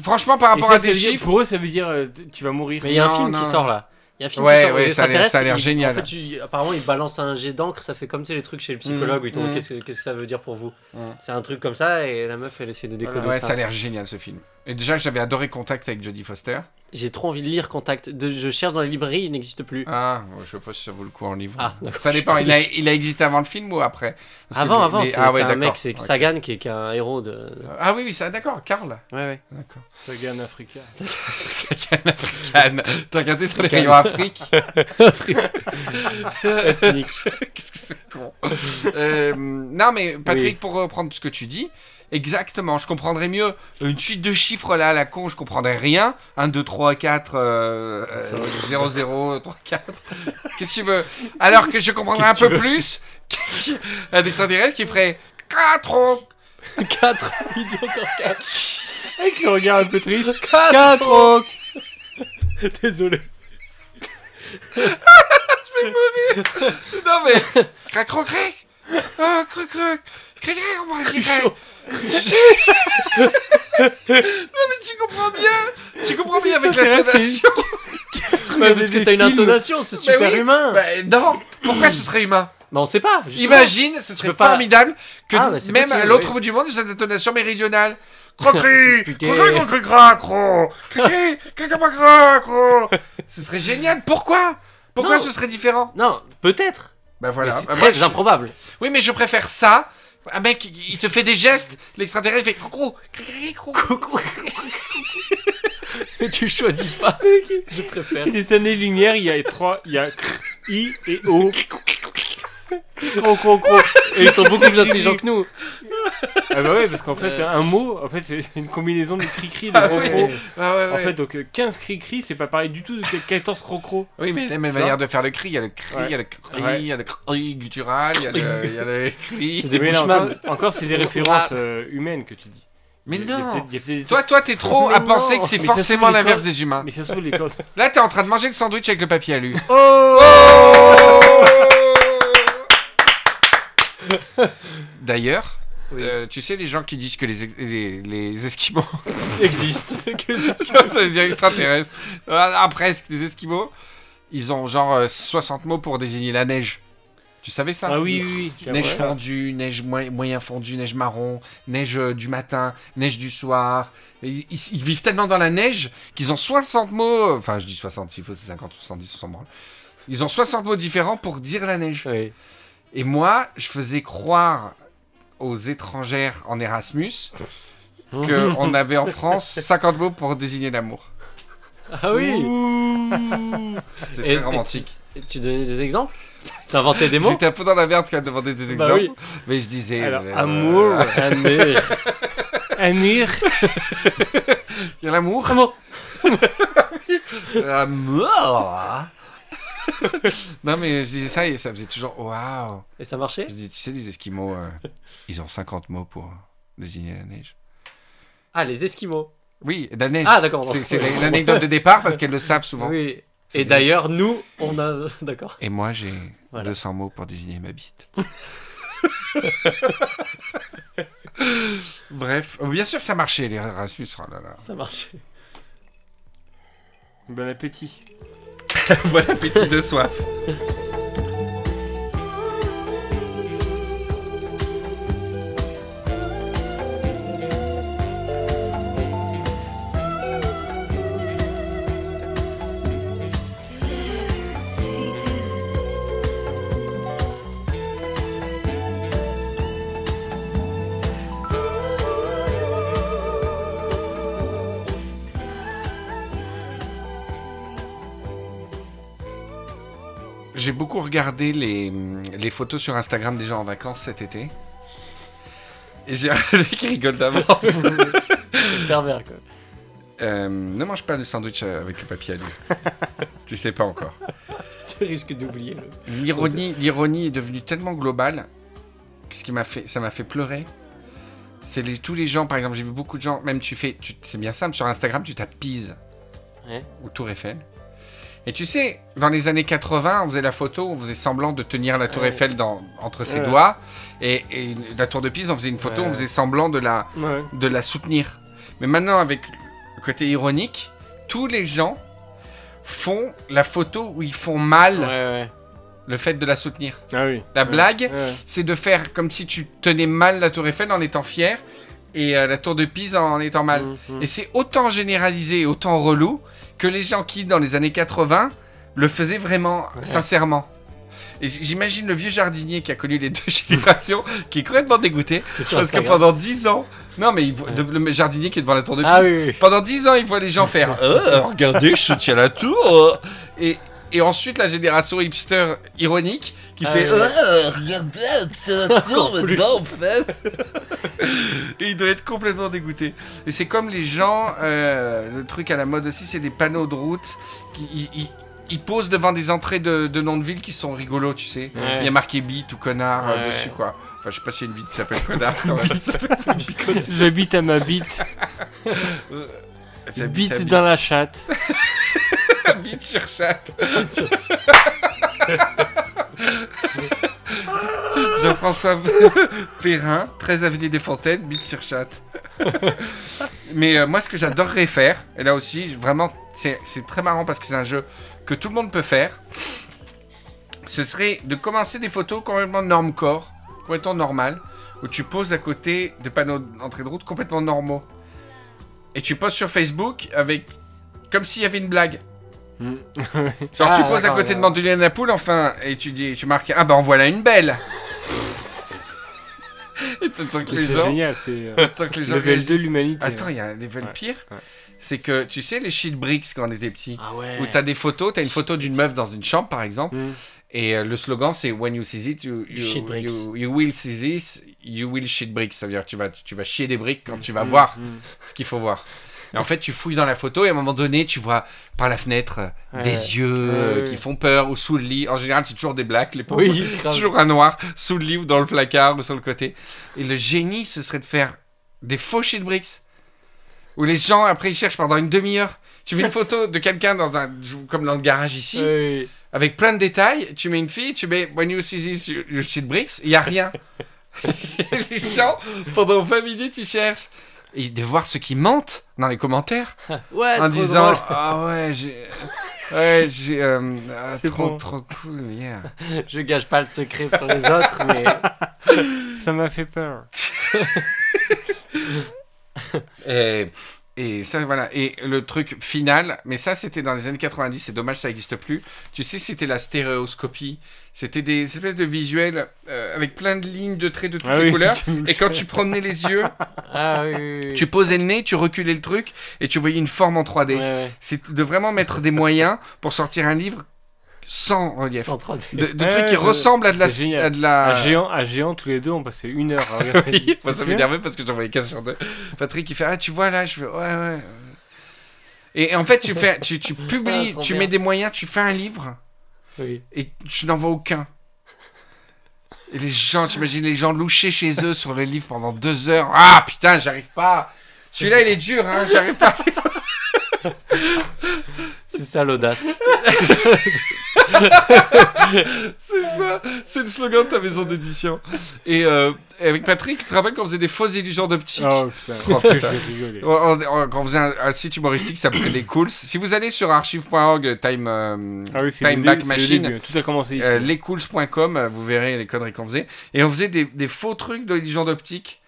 Franchement, par rapport Et ça, à ça des veut dire- chiffres. Pour eux, ça veut dire euh, t- tu vas mourir. Mais il y a un Non, film non. qui sort là. Il y a un film Ouais, qui sort où ouais, les ça a l'air- extraterrestres, ça a l'air ils- génial. En fait, tu- apparemment, ils balancent un jet d'encre, ça fait comme tu sais, les trucs chez le psychologue où ils t'ont Mm. dit, qu'est-ce que qu'est-ce que ça veut dire pour vous Mm. C'est un truc comme ça et la meuf elle essaie de décoder Ouais, ça. ça a l'air génial ce film. Et déjà, j'avais adoré Contact avec Jodie Foster. J'ai trop envie de lire Contact. De, je cherche dans les librairies, il n'existe plus. Ah, ouais, je sais pas si ça vaut le coup en livre. Ah, d'accord. Ça dépend. Il a, il a existé avant le film ou après Parce que Avant, les- avant, les- c'est Ah c'est ouais, un mec, d'accord. c'est Ok. Sagan qui est, qui est un héros de. Ah oui, oui, ça, d'accord. Carl. Ouais, ouais. D'accord. Sagan Africa. Sagan africaine. T'as regardé sur les rayons Afrique Ethnique. Qu'est-ce que c'est con Euh, Non, mais Patrick, pour reprendre ce que tu dis, exactement, je comprendrais mieux une suite de chiffres là à la con, je comprendrais rien. 1, 2, 3, 4, euh, euh, 0, 0, 3, 4. Qu'est-ce que tu veux Alors que je comprendrais un Qu'est-ce que peu tu plus un extraterrestre qui ferait 4 4 Il dit encore 4 Avec le regard un peu triste. 4 4 oh Désolé. Non mais Crac, croc, crac Ah, croc, croc Crac, crac, on va dire, crac. chaud. Tu- Non mais tu comprends bien Tu comprends bien avec Ça t'intéresse, l'intonation Mais parce des- que des t'as une films. intonation, c'est super oui. humain. Bah non Pourquoi ce serait humain Mais on sait pas. justement. Imagine, ce serait peux pas- formidable que Ah, bah, c'est même possible, à l'autre oui. bout du monde, ils aient une intonation méridionale Crocri Putain. Crocri, crocri, cracro Cricri, cracapa, cracro Ce serait génial Pourquoi Pourquoi Non. ce serait différent Non, peut-être. Bah Mais voilà c'est Bah, moi, très je- improbable. Oui, mais je préfère ça. Un mec, il te fait des gestes, l'extraterrestre fait crocro, cri, cri, crocro. Mais tu choisis pas. Je préfère. C'est des années-lumière, il y a 3, il y a cr, I et O. Cro, cro, cro. Et ils sont beaucoup plus intelligents que nous. Ah bah ouais, parce qu'en fait, Euh. un mot, en fait, c'est c'est une combinaison de cri-cri et de Ah cro, oui. cro. Ah ouais, En ouais. fait, donc euh, 15 cri-cri, c'est pas pareil du tout de 14 cro-cro. oui, mais la même Non. manière de faire le cri, il y a le cri, il y a le cri, Ouais. il y a le cri guttural, il y a le, il y a le C'est cri. des Mais là, Bushman. encore, encore, c'est des références euh, humaines que tu dis. Ah. Mais Il y a- il y a non peut-être- il y a peut-être des Toi, toi, t'es trop Mais à non. penser que c'est Mais ça se forcément trouve, les l'inverse cordes- des humains. Mais ça se trouve, les causes. Là, t'es en train de manger le sandwich avec le papier à lui. D'ailleurs, Oui. Euh, tu sais, les gens qui disent que les, ex- les, les Esquimaux, existe. j'allais dire extraterrestres, ah, ah, presque, les Esquimaux, ils ont genre euh, 60 mots pour désigner la neige. Tu savais ça Ah oui, oui, oui. Neige j'avoue. fondue, neige moy- moyen fondue, neige marron, neige euh, du matin, neige du soir. Et Ils, ils vivent tellement dans la neige qu'ils ont 60 mots. Enfin, je dis 60, s'il faut, c'est 50, 70, 60 branle. Ils ont 60 mots différents pour dire la neige. Oui. Et moi, je faisais croire aux étrangères en Erasmus Mmh. qu'on avait en France 50 mots pour désigner l'amour. Ah oui C'est Et- très romantique. et Tu donnais des exemples T'inventais des mots J'étais un peu dans la merde quand elle demandait des exemples. Bah oui. Ah, Mais je disais. Alors, euh, amour, Amir. Amir, Il y a l'amour. Amour. L'amour. non, mais je disais ça et ça faisait toujours waouh. Et ça marchait Je dis, tu sais, les Esquimaux, euh, ils ont 50 mots pour désigner la neige. Ah, les Esquimaux. Oui, la neige. Ah, d'accord. C'est- C'est l'anecdote de départ parce qu'elles le savent souvent. Oui. C'est Et des- d'ailleurs, nous, on a. D'accord. Et moi, j'ai Voilà. 200 mots pour désigner ma bite. Bref, Oh, bien sûr que ça marchait, les Erasmus. oh là là. Ça marchait. bon appétit. Bon appétit de soif. J'ai beaucoup regardé les, les photos sur Instagram des gens en vacances cet été. Et j'ai un mec qui rigole d'avance. Pervers, quoi. Euh, ne mange pas le sandwich euh, avec le papier à lui. tu sais pas encore. Tu risques d'oublier le. L'ironie, l'ironie est devenue tellement globale que ce qui m'a fait, ça m'a fait pleurer. C'est les, tous les gens, par exemple, j'ai vu beaucoup de gens, même tu fais, tu- c'est bien simple, sur Instagram, tu tapes Pise Ouais. ou Tour Eiffel. Et tu sais, dans les années 80, on faisait la photo, on faisait semblant de tenir la Tour Ouais. Eiffel dans, entre ses Ouais. doigts. Et, et la Tour de Pise, on faisait une photo, Ouais. on faisait semblant de la, Ouais. de la soutenir. Mais maintenant, avec le côté ironique, tous les gens font la photo où ils font mal ouais. le fait de la soutenir. Ah oui. La Ouais. blague, Ouais. c'est de faire comme si tu tenais mal la tour Eiffel en étant fier et euh, la tour de Pise en étant mal. Mm, mm. Et c'est autant généralisé et autant relou que les gens qui, dans les années 80, le faisaient vraiment sincèrement. Et j- j'imagine le vieux jardinier qui a connu les deux générations, qui est complètement dégoûté, T'es sur parce que Instagram. pendant 10 ans... Non mais il voit- Ouais. de- le jardinier qui est devant la tour de Pise, Ah oui, oui. pendant 10 ans, il voit les gens faire Euh, Regardez, je tiens la tour et, et ensuite, la génération hipster ironique qui Ah fait ouais. Euh, Regardez, je tiens la tour maintenant, en fait Et il doit être complètement dégoûté. Et c'est comme les gens, euh, le truc à la mode aussi, c'est des panneaux de route qui. ils- ils- ils posent devant des entrées de, de noms de villes qui sont rigolos, tu sais. Ouais. Il y a marqué bite ou connard euh, Ouais. dessus, quoi. Enfin, je sais pas s'il y a une ville qui s'appelle connard. quand même. J'habite à ma bite. J'habite à Bite dans la chatte. Bite sur chatte. Jean-François Perrin, 13 avenue des Fontaines, bite sur chatte. Mais euh, moi, ce que j'adorerais faire, et là aussi, vraiment, c'est c'est très marrant parce que c'est un jeu que tout le monde peut faire, ce serait de commencer des photos complètement norme corps, complètement normales, où tu poses à côté de panneaux d'entrée de route complètement normaux. Et tu poses sur Facebook avec. comme s'il y avait une blague. Mm. Genre Ah, tu poses à d'accord, côté de d'accord. Mandelier la poule enfin et tu dis tu marques ah bah en voilà une belle. et t'attends que Mais les C'est gens génial, c'est euh, attends que les gens level 2 réagissent. l'humanité. hein. Attends, il y a un level Ouais, pire. ouais. C'est que tu sais les shit bricks quand on était petit Ah ouais. où t'as des photos, t'as une photo d'une meuf dans une chambre par exemple Mm. et euh, le slogan c'est when you seize it you, you, shit bricks. you- you will seize this you will shit bricks ça veut dire que tu vas tu vas chier des briques quand tu vas Mm, voir mm. ce qu'il faut voir. Et en fait, tu fouilles dans la photo et à un moment donné, tu vois par la fenêtre euh, Ouais. des yeux euh, Ouais. qui font peur ou sous le lit. En général, c'est toujours des blacks, les pauvres. Oui, grave. Toujours un noir sous le lit ou dans le placard ou sur le côté. Et le génie, ce serait de faire des faux shit bricks où les gens après ils cherchent pendant une demi-heure. Tu mets une photo de quelqu'un dans un comme dans le garage ici Oui. avec plein de détails. Tu mets une fille, tu mets when you see this you, you shit bricks, il y a rien. les gens, pendant 20 minutes, ils cherchent. Et de voir ceux qui mentent dans les commentaires Ouais, en trop disant drôle. Ah ouais, j'ai. Ouais, j'ai. euh, ah, C'est trop, bon. trop cool, yeah. Je gage pas le secret pour les autres, mais Ça m'a fait peur. Et, et ça, voilà. Et le truc final, mais ça, c'était dans les années 90, c'est dommage, ça n'existe plus. Tu sais, c'était la stéréoscopie. C'était des espèces de visuels euh, avec plein de lignes, de traits de toutes Ah les oui, couleurs. tu me Et quand fais- tu promenais les yeux, ah oui, oui, oui. tu posais le nez, tu reculais le truc et tu voyais une forme en 3D. Ouais, ouais. C'est de vraiment mettre des moyens pour sortir un livre sans relief. 130. De, de Ouais, trucs qui je- ressemblent à de la. c'est génial. À de la... À géant, à géant, tous les deux, on passait une heure à regarder. Oui, moi, ça Sûr m'énervait parce que j'en voyais 15 sur deux. Patrick, il fait Ah, tu vois là, je fais Ouais, ouais. Et en fait, tu, fais, tu, tu Ah, publies, trop tu bien. mets des moyens, tu fais un livre Oui. et tu n'en vois aucun. Et les gens, t'imagines les gens louchés chez eux sur le livre pendant deux heures. Ah putain, j'arrive pas. Celui-là, il est dur, hein, j'arrive pas. C'est ça l'audace. C'est ça, c'est le slogan de ta maison d'édition. Et, euh, et avec Patrick, tu te rappelles qu'on faisait des fausses illusions d'optique Oh putain, que je vais rigoler. On- on- Quand on faisait un, un site humoristique, ça s'appelait Les Cools. Si vous allez sur archive.org, time, euh, Ah oui, c'est Time le Back début, c'est le Machine. début. Tout a commencé ici. euh, lescools.com, euh, vous verrez les conneries qu'on faisait. Et on faisait des, des faux trucs de d'optique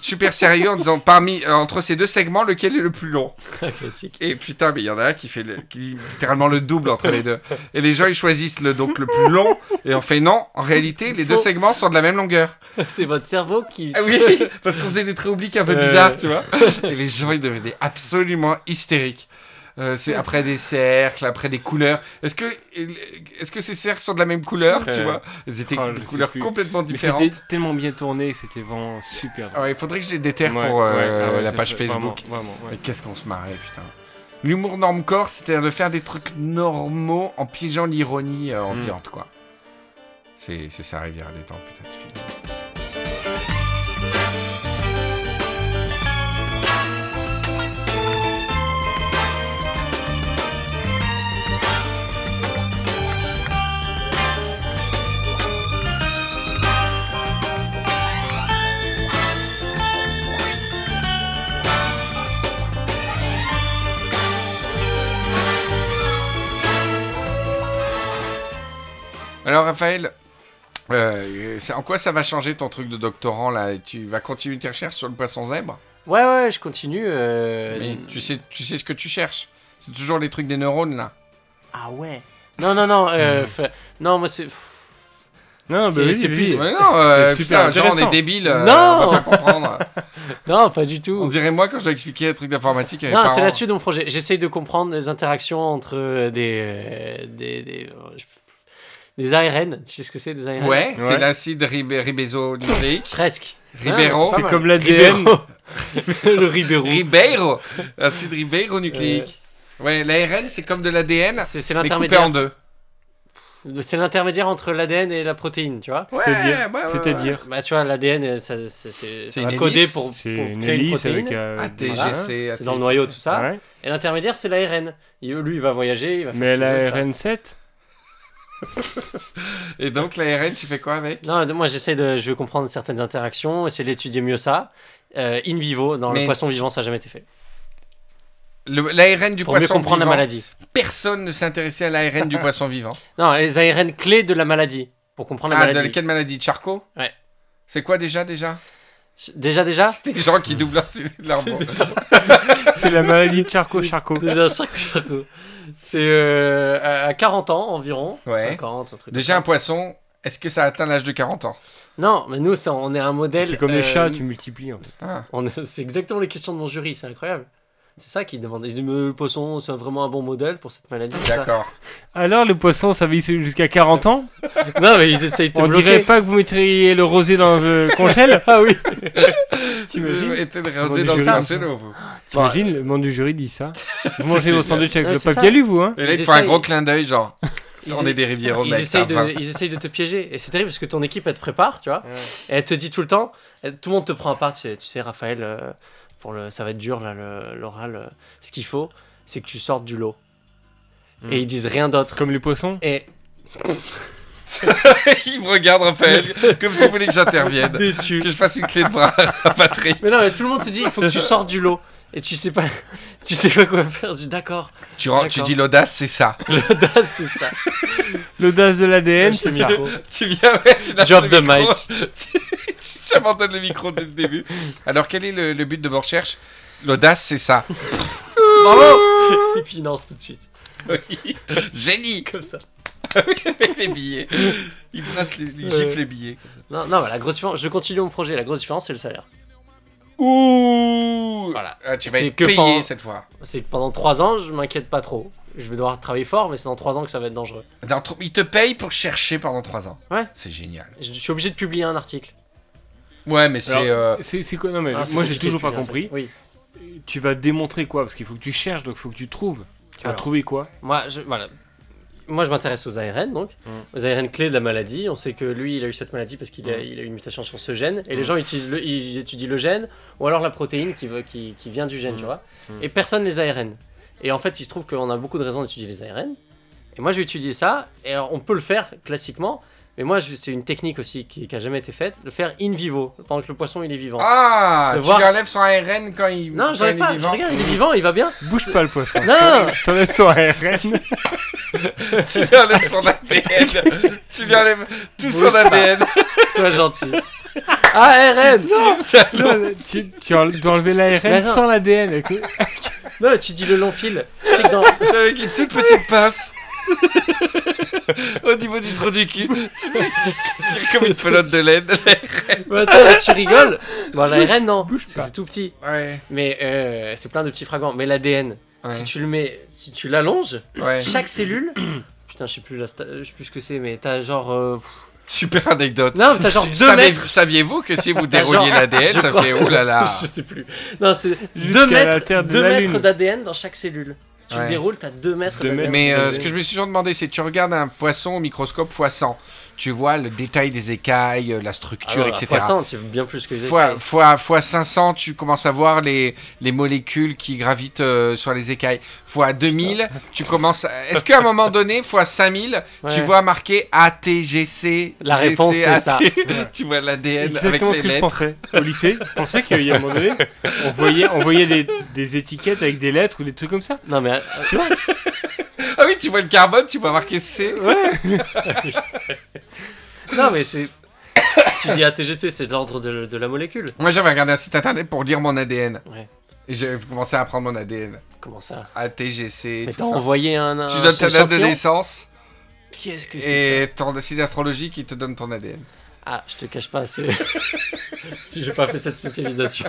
super sérieux en disant parmi euh, entre ces deux segments lequel est le plus long Très classique. et putain mais il y en a un qui fait le- qui dit littéralement le double entre les deux et les gens ils choisissent le donc le plus long et on fait non en réalité les deux Faux. segments sont de la même longueur C'est votre cerveau qui. Ah oui, parce qu'on faisait des traits obliques un peu Euh. bizarres, tu vois. Et les gens, ils devenaient absolument hystériques. Euh, c'est après des cercles, après des couleurs. Est-ce que, est-ce que ces cercles sont de la même couleur, tu Euh. vois Ils étaient Oh, je des sais couleurs plus. complètement Mais c'était différentes. tellement bien tourné, c'était vraiment super. Ah ouais, il faudrait que j'ai des terres Ouais, pour euh, ouais, ah ouais, la c'est page ça, Facebook. Vraiment, vraiment, ouais. Mais qu'est-ce qu'on se marrait, putain. L'humour normcore, c'était de faire des trucs normaux en piégeant l'ironie Mm. euh, ambiante, quoi. C'est, c'est ça, Rivière des Temps, peut-être. finalement. Alors, Raphaël, euh, c'est- en quoi ça va changer ton truc de doctorant là Tu vas continuer tes recherches sur le poisson zèbre Ouais, ouais, je continue. euh, Mais tu sais, tu sais ce que tu cherches. C'est toujours les trucs des neurones là. Ah ouais. Non, non, non. euh, fa- Non, moi c'est. pff, Non, non, C'est- bah, vas-y, c'est vas-y. plus- Mais non, euh, c'est super putain, genre on est intéressant. débile. euh, Non on va pas comprendre. Non, pas du on tout. dirait moi quand je dois expliquer un truc d'informatique. à mes Non, parents. c'est la suite de mon projet. J'essaye de comprendre les interactions entre euh, des, euh, des, des, euh, je- des ARN. Tu sais ce que c'est des ARN Ouais, c'est Ouais. l'acide ribé ribosonucléique. Presque. Ribéro. Ah, C'est mal. comme l'ADN. le Ribeiro. Euh, Ribeiro Acide ribéronucléique. Ouais, l'ARN c'est comme de l'ADN, C'est c'est mais coupé en l'intermédiaire. deux. C'est l'intermédiaire entre l'ADN et la protéine, tu vois. Ouais, C'est-à-dire, ouais, ouais, ouais. c'est-à-dire, Bah, tu vois, l'ADN, ça, ça- c'est C'est ça va une coder hélice. pour, pour c'est créer une une hélice protéine. avec euh, des- ATGC, voilà. C'est dans le noyau, tout ça. Ouais. Et l'intermédiaire, c'est l'ARN. Il- Lui, il va voyager, il va faire Mais ce qu'il veut, la ça. RN7 Et donc l'ARN, tu fais quoi avec Non, moi j'essaie de, je veux comprendre certaines interactions, essayer d'étudier mieux ça. Euh, in vivo, dans Mais- le poisson vivant, ça n'a jamais été fait. Le- L'ARN du Pour mieux poisson comprendre vivant. la maladie. Personne ne s'est intéressé à l'ARN du poisson vivant. Non, les ARN clés de la maladie. Pour comprendre la Ah, de maladie. quelle maladie Charcot Ouais. Ah. C'est quoi déjà déjà Déjà, déjà C'est des gens qui doublent leur, leur mot. C'est la maladie de Charcot Charcot. Déjà, ça, Charcot. C'est euh, à- à 40 ans environ. Ouais. 50, un truc Déjà un comme ça. poisson, est-ce que ça atteint l'âge de 40 ans Non, mais nous, ça, on est un modèle. C'est comme les euh, chats, tu multiplies. En fait. Ah. on est- C'est exactement les questions de mon jury, c'est incroyable. C'est ça qu'ils demandent. Ils disent, mais le poisson, c'est vraiment un bon modèle pour cette maladie. ça. D'accord. Alors, le poisson, ça vit jusqu'à 40 ans Non, mais ils essayent de te On dirait bloquer. pas que vous mettriez le rosé dans le congèle Ah oui. T'imagines Étienne Comment Rosé du dans jury. un célo, vous. T'imagines, le monde du jury dit ça. Vous mangez vos génial. sandwichs avec Ouais, le c'est papier ça. alu, vous, hein Et là, Ils il te fait un essayent- gros clin d'œil, genre, Ils on est des rivières Ils mec, essayent, ça va. de, ils essayent de te piéger. Et c'est terrible parce que ton équipe, elle te prépare, tu vois. Et elle te dit tout le temps, elle- tout le monde te prend à part. Tu sais, tu sais, Raphaël, euh, pour le, ça va être dur, là, le- l'oral. euh, ce qu'il faut, c'est que tu sortes du lot. Mm. Hmm. Et ils disent rien d'autre. Comme les poissons Et. Il me regarde, Raphaël, comme si vous voulez que j'intervienne. Déçu. Que je fasse une clé de bras à Patrick. Mais non, mais tout le monde te dit il faut que tu sors du lot. Et tu sais pas, tu sais pas quoi faire. Je dis d'accord. Tu, rends- tu D'accord. dis l'audace, c'est ça. L'audace, c'est ça. L'audace de l'ADN, Je c'est sais. Miro. Tu viens, ouais, tu lâches Drop le the micro. Tu- tu abandonnes le micro dès le début. Alors, quel est le, le but de vos recherches L'audace, c'est ça. Bravo Il finance tout de suite. Oui. Génie Comme ça. Avec les billets. Il, brasse les, il Euh. gifle les billets. Non, non, mais la grosse différence, je continue mon projet. La grosse différence, c'est le salaire. Ouh Voilà. Ah, Tu vas C'est être que payé pendant- cette fois. C'est que pendant 3 ans, je m'inquiète pas trop. Je vais devoir travailler fort, mais c'est dans 3 ans que ça va être dangereux. Dans tr- il te paye pour chercher pendant 3 ans. Ouais. C'est génial. Je, je suis obligé de publier un article. Ouais, mais c'est. Alors, euh, C'est c'est quoi Non, mais Ah, c'est moi j'ai compliqué de toujours pas publier un compris. article. Oui. Tu vas démontrer quoi Parce qu'il faut que tu cherches, donc il faut que tu trouves. Tu vas Alors. trouver quoi Moi, je, voilà. Moi, je m'intéresse aux ARN, donc. Mm. Aux ARN clés de la maladie. On sait que lui, il a eu cette maladie parce qu'il a, Mm. il a eu une mutation sur ce gène. Et les gens utilisent le, ils étudient le gène ou alors la protéine qui, veut- qui, qui vient du gène, Mm. tu vois. Mm. Et personne les ARN. Et en fait, il se trouve qu'on a beaucoup de raisons d'étudier les ARN. Et moi, je vais étudier ça. Et alors, on peut le faire classiquement. Mais moi, je- c'est une technique aussi qui n'a jamais été faite, le faire in vivo, pendant que le poisson il est vivant. Ah De Tu voir- lui enlèves son ARN quand il. non, quand je l'enlève il est pas, je vivant. regarde, il est vivant, il va bien. Bouge pas le poisson. Non, T'enlèves ton ARN. Tu lui enlèves son ADN. tu lui enlèves tout son Bouge pas. ADN. sois gentil. ARN Ça- Non, tu, tu en- dois enlever l'ARN Mais non. sans l'ADN. Non, tu dis le long fil. Tu sais que dans, C'est avec une toute petite pince. Au niveau du trou du cul, tu tires comme une pelote de laine. Mais attends, tu rigoles Bon, l'ARN, non, parce que pas. c'est tout petit. Ouais, Mais euh, c'est plein de petits fragments. Mais l'ADN, si tu le mets, si tu l'allonges, ouais. chaque cellule. Putain, je sais plus, la sta- je sais plus ce que c'est, mais t'as genre. euh, pff, Super anecdote. Non, mais t'as genre 2 Savez- mètres. Saviez-vous que si vous dérouliez Genre, l'ADN, je ça crois- fait oh oulala je sais plus. Non, c'est 2 Jusqu'à la mètres Terre de deux la mètres Lune. d'ADN dans chaque cellule. Tu Ouais. le déroules, t'as 2 mètres Deux d'ADN. mètres. Mais sur euh, le ce que je ADN. me suis toujours demandé, c'est tu regardes un poisson au microscope x100, tu vois le détail des écailles, euh, la Ah structure, non, etc. Fois 100, tu veux bien plus que les Fois, écailles. fois, fois 500, tu commences à voir les, les molécules qui gravitent euh, sur les écailles. Fois 2000, tu commences. à- Est-ce qu'à un moment donné, fois 5000, tu Ouais. vois marqué ATGC La réponse, c'est ça. tu vois l'ADN avec Exactement les ce que je lettres. pensais. Au lycée, je pensais qu'il y a un moment donné, on voyait, on voyait des, des étiquettes avec des lettres ou des trucs comme ça. Non, mais. euh, Ah oui, tu vois le carbone, tu vois marqué C. Non, mais c'est. tu dis ATGC, c'est de l'ordre de, de la molécule. Moi, j'avais regardé un site internet pour lire mon ADN. Ouais. Et j'ai commencé à apprendre mon ADN. Comment ça ATGC. Mais tout t'as ça. envoyé un. un Tu donnes ta date de échantillon naissance Qu'est-ce que c'est que ça et ton signe astrologique qui te donne ton ADN. Ah, je te cache pas, c'est. si j'ai pas fait cette spécialisation.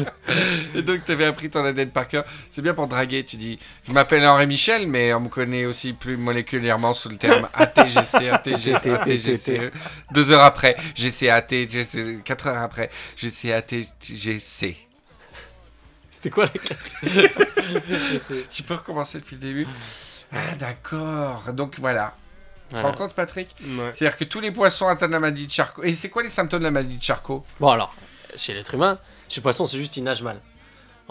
Et donc, tu avais appris ton ADN par cœur. C'est bien pour draguer. Tu dis Je m'appelle Henri Michel, mais on me connaît aussi plus moléculairement sous le terme ATGC, ATGC, ATGC. Deux heures après, GCAT, GC. Quatre heures après, GCAT, GC. C'était quoi la carte Tu peux recommencer depuis le début Ah, d'accord. Donc, voilà. Tu te rends compte, Patrick C'est-à-dire que tous les poissons atteignent la maladie de Charcot. Et c'est quoi les symptômes de la maladie de Charcot Bon, alors, chez l'être humain, chez le poisson, c'est juste qu'il nage mal.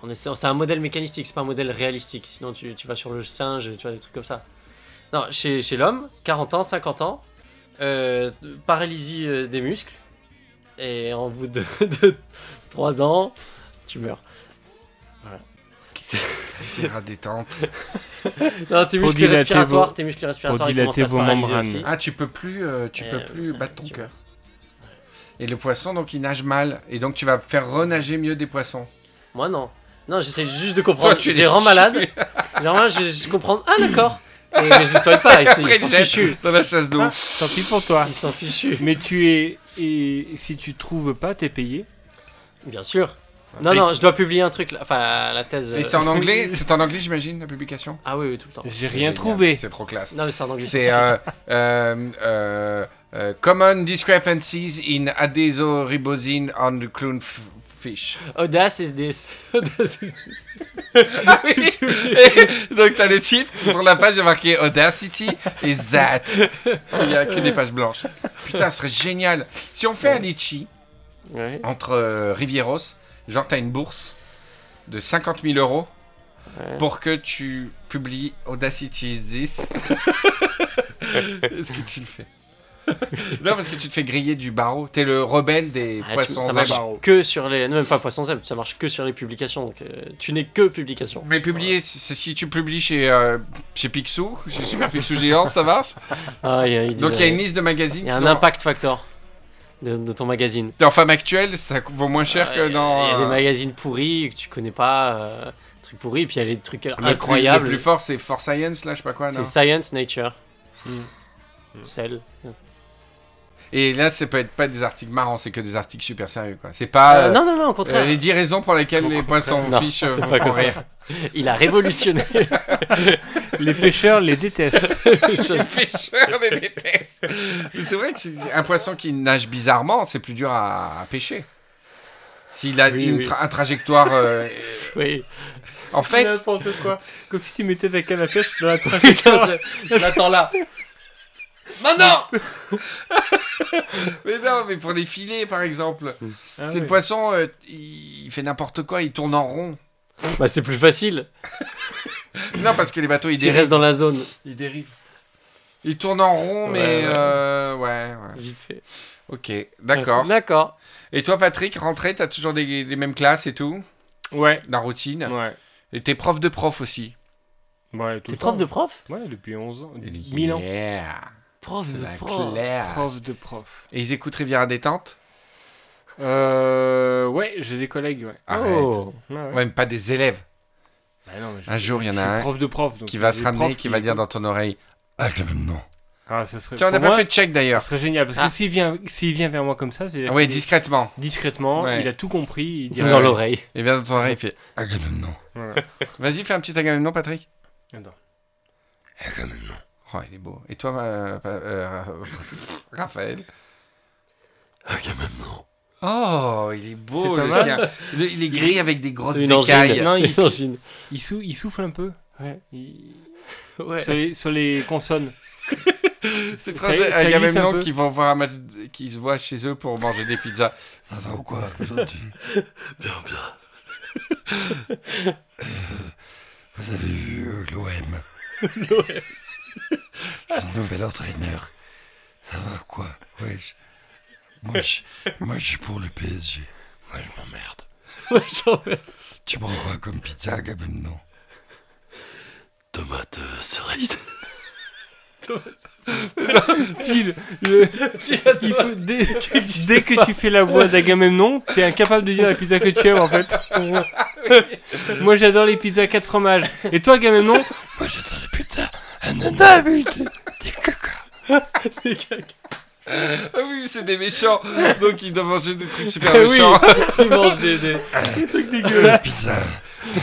On essaie- C'est un modèle mécanistique, c'est pas un modèle réalistique. Sinon, tu, tu vas sur le singe, tu vois, des trucs comme ça. Non, chez, chez l'homme, 40 ans, 50 ans, euh, paralysie euh, des muscles, et en bout de, 3 ans, tu meurs. Faire détente. Non, tes Pour muscles dilater respiratoires, vos- tes muscles respiratoires, pour ils commencent à dilater se vos paralyser membranes. aussi. Ah, tu peux plus, euh, tu Et, peux euh, plus battre ton tu- cœur. Et le poisson, donc, il nage mal. Et donc, tu vas faire renager mieux des poissons. Moi non. Non, j'essaie juste de comprendre. Toi, tu je les les rends tues. malades. Normalement, je vais juste comprendre. Ah d'accord. Et- Mais je les soigne pas. Ils, ils Après, sont il jette fichus. Dans la chasse d'eau. Ah, tant pis pour toi. Ils sont fichus. Mais tu es. Et si tu trouves pas, t'es payé. Bien sûr. Non, non, je dois publier un truc. là. Enfin, la thèse. euh, Et c'est en anglais C'est en anglais, j'imagine, la publication Ah oui, oui, tout le temps. J'ai rien Génial. trouvé. C'est trop classe. Non, mais c'est en anglais. C'est euh, euh, euh, euh, Common Discrepancies in Adhesoribosine on the Clown f- Fish. Audace is this. Audace is this. Et donc t'as le titre, sur la page j'ai marqué Audacity et Zat. Il n'y a que des pages blanches. Putain, ce serait génial. Si on fait un litchi Ouais. entre euh, Rivieros, genre t'as une bourse de 50 000 euros Ouais. pour que tu publies Audacity 10. Est-ce que tu le fais Non, parce que tu te fais griller du barreau. T'es le rebelle des Ah, tu- poissons ça à marche barreau. que sur les. Non, même pas poissons zèbres, ça marche que sur les publications. Donc, euh, tu n'es que publication. Mais publier, si, si tu publies chez, euh, chez Picsou, chez Super Picsou Géant, ça marche. Ah, il y a, ils Donc il y a disent, une liste de euh, magazines. il y a qui un sont- impact factor de, de ton magazine. Dans Femme Actuelle, ça vaut moins cher Euh, que dans. Il y a des euh, magazines pourris que tu connais pas, euh, trucs pourris, et puis il y a des trucs le plus- incroyables. Le plus hein. fort, c'est For Science, là, je sais pas quoi. c'est Non Science, Nature, Hmm. Cell. Et là, ça peut être pas des articles marrants, c'est que des articles super sérieux, quoi. C'est pas. Euh, euh, non, non, non, au euh, contraire. les 10 raisons pour lesquelles Au les contraire. poissons Non, fiches c'est euh, pas vont comme ça. rire. Il a révolutionné. Les pêcheurs les détestent. Les pêcheurs les détestent. Mais c'est vrai que c'est un poisson qui nage bizarrement, c'est plus dur à, à pêcher. S'il a Oui, une oui. tra- un trajectoire. euh, oui. en fait, N'importe quoi. Comme si tu mettais ta canne à pêche dans la trajectoire. J'attends là. Maintenant Mais non, mais pour les filets, par exemple. Ah c'est oui. le poisson, euh, il il fait n'importe quoi, il tourne en rond. Bah, c'est plus facile. Non, parce que les bateaux, ils Il dérivent. reste dans la zone. Ils dérivent. Ils tournent en rond, Ouais, mais... ouais. euh, ouais, ouais. Vite fait. Ok, d'accord. D'accord. Et toi, Patrick, rentré, t'as toujours des, les mêmes classes et tout Ouais. La routine Ouais. Et t'es prof de prof aussi Ouais, tout T'es le prof temps. de prof Ouais, depuis 11 ans. 1000 ans. Yeah Prof C'est la de prof. classe. Prof de prof. Et ils écoutent Rivière Détente Euh. Ouais, j'ai des collègues, ouais. Arrête. Oh. Ouais, ouais. Même pas des élèves. Bah non, mais je- Un jour, il y en je a suis un prof de prof. donc qui va les se ramener, profs qui va dire dans ton oreille... Ah, quand même, non. Ah, ça serait. Tiens, on n'a pour pas moi, fait de check, d'ailleurs. Ça serait génial parce Ah. que s'il vient, s'il vient vers moi comme ça, c'est Oui, discrètement. discrètement, Ah Ouais. il a tout compris. Il dit Ouais. Dans l'oreille. Et vient dans ton oreille, il fait Agamemnon. Vas-y, fais un petit Agamemnon, Patrick. Attends. Agamemnon. Oh, il est beau. Et toi, euh, pa- euh, Raphaël Agamemnon. Oh, il est beau, C'est pas le mal. chien. Le- il est gris avec des grosses C'est une angine. écailles. Non, C'est il- une angine. Il, sou- il souffle un peu. Ouais. Il- Ouais. Sur, les, sur les consonnes. C'est Ça- très ça glisse un Agamemnon peu. qui vont voir un match, qui se voit chez eux pour manger des pizzas. Ça va ou quoi aujourd'hui Bien, bien. Euh, Vous avez vu l'OM un nouvel entraîneur. Ça va ou quoi Ouais, je- Moi, je... Moi, je suis pour le PSG. Ouais, je m'emmerde. Ouais, j'en veux. Tu prends quoi comme pizza, Agamemnon Tomate euh, cerise. Phil, le- il faut- dès, dès que tu fais la voix d'Agamemnon, t'es incapable de dire la pizza que tu aimes en fait. Moi j'adore les pizzas 4 fromages. Et toi Agamemnon Moi, j'attends la pizza. Ananda, oui, des, des caca. Ah oui, c'est des méchants, donc ils doivent manger des trucs super Ah oui. méchants. Il mange des. des- La pizza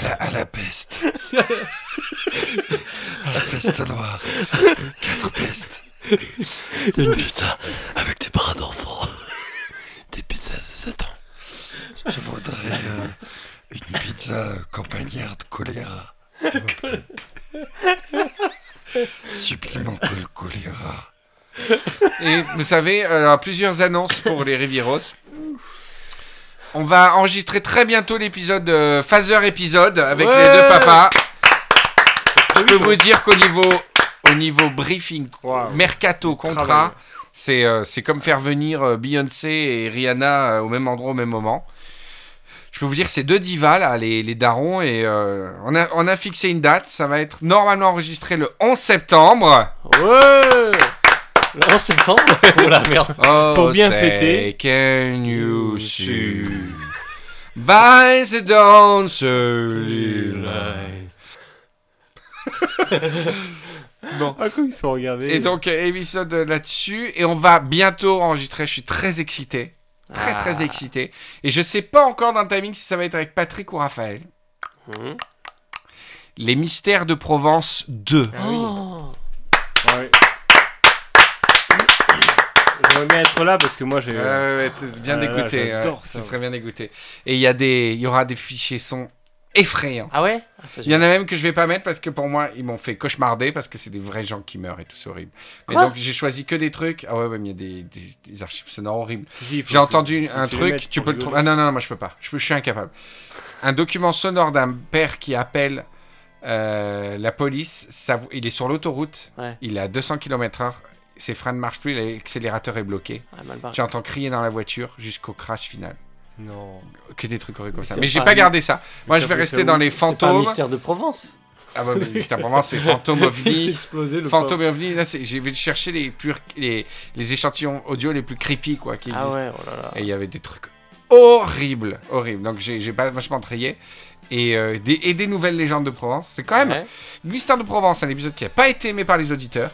à la, à la peste. la peste noire. Quatre pestes. Une pizza avec des bras d'enfant. Des pizzas de Satan. Je voudrais euh, une pizza campagnarde choléra. s'il vous plaît. Supplément col choléra. Et vous savez, euh, alors, plusieurs annonces pour les Rivieros. On va enregistrer très bientôt l'épisode euh, Phaser épisode avec les Ouais. deux papas. Je peux vous dire qu'au niveau au niveau briefing Wow. mercato Travail. contrat, c'est euh, c'est comme faire venir euh, Beyoncé et Rihanna euh, au même endroit au même moment. Je peux vous dire ces deux divas là, les, les darons et euh, on a on a fixé une date, ça va être normalement enregistré le 11 septembre. Ouais Le 11 septembre Oh la merde. Oh, Pour bien say, fêter. Can you see by the dawn's early light? Ah comme ils sont regardés. Et donc, euh, épisode là-dessus. Et on va bientôt enregistrer. Je suis très excité. Très, Ah. très excité. Et je sais pas encore dans le timing si ça va être avec Patrick ou Raphaël. Hmm. Les mystères de Provence 2. Ah oui. Oh. Ah oui. J'aimerais bien être là parce que moi j'ai. Euh, ouais, t'es bien Ah là là, dégoûté. ouais. j'adore Ce ça. serait bien dégoûté. Et il y, a des- il y aura des fichiers sons effrayants. Ah ouais Ah, ça, j'ai- Il y en a même que je vais pas mettre parce que pour moi, ils m'ont fait cauchemarder parce que c'est des vrais gens qui meurent et tout, c'est horrible. Et Quoi donc, j'ai choisi que des trucs. Ah ouais, ouais, mais il y a des, des- des archives sonores horribles. Si, il faut J'ai que- entendu faut un que les truc, mettes tu pour peux le trouver. rigoler. Ah non, non, non, moi je peux pas. Je, peux- je suis incapable. Un document sonore d'un père qui appelle euh, la police, ça, vou- il est sur l'autoroute, Ouais. il est à 200 km/h, ses freins ne marchent plus, l'accélérateur est bloqué. Ah, mal barré. Tu entends crier dans la voiture jusqu'au crash final. Non. Que des trucs horribles comme Mais ça. c'est Mais j'ai pas pas un- gardé ça. Moi, je vais mais rester c'est dans où les C'est pas un fantômes. mystère de Provence. Ah bah, mais putain, pour moi, c'est fantôme ovni. explosé le Fantôme et ovni. Là, c'est- j'ai vais chercher les, plus, les, les échantillons audio les plus creepy, quoi, qui Ah existent. ouais, oh là là. Et il y avait des trucs horribles, horribles. Donc, j'ai j'ai pas vachement trié. Et, euh, des, et des nouvelles légendes de Provence. C'est quand même Ouais. Mystère de Provence, un épisode qui n'a pas été aimé par les auditeurs.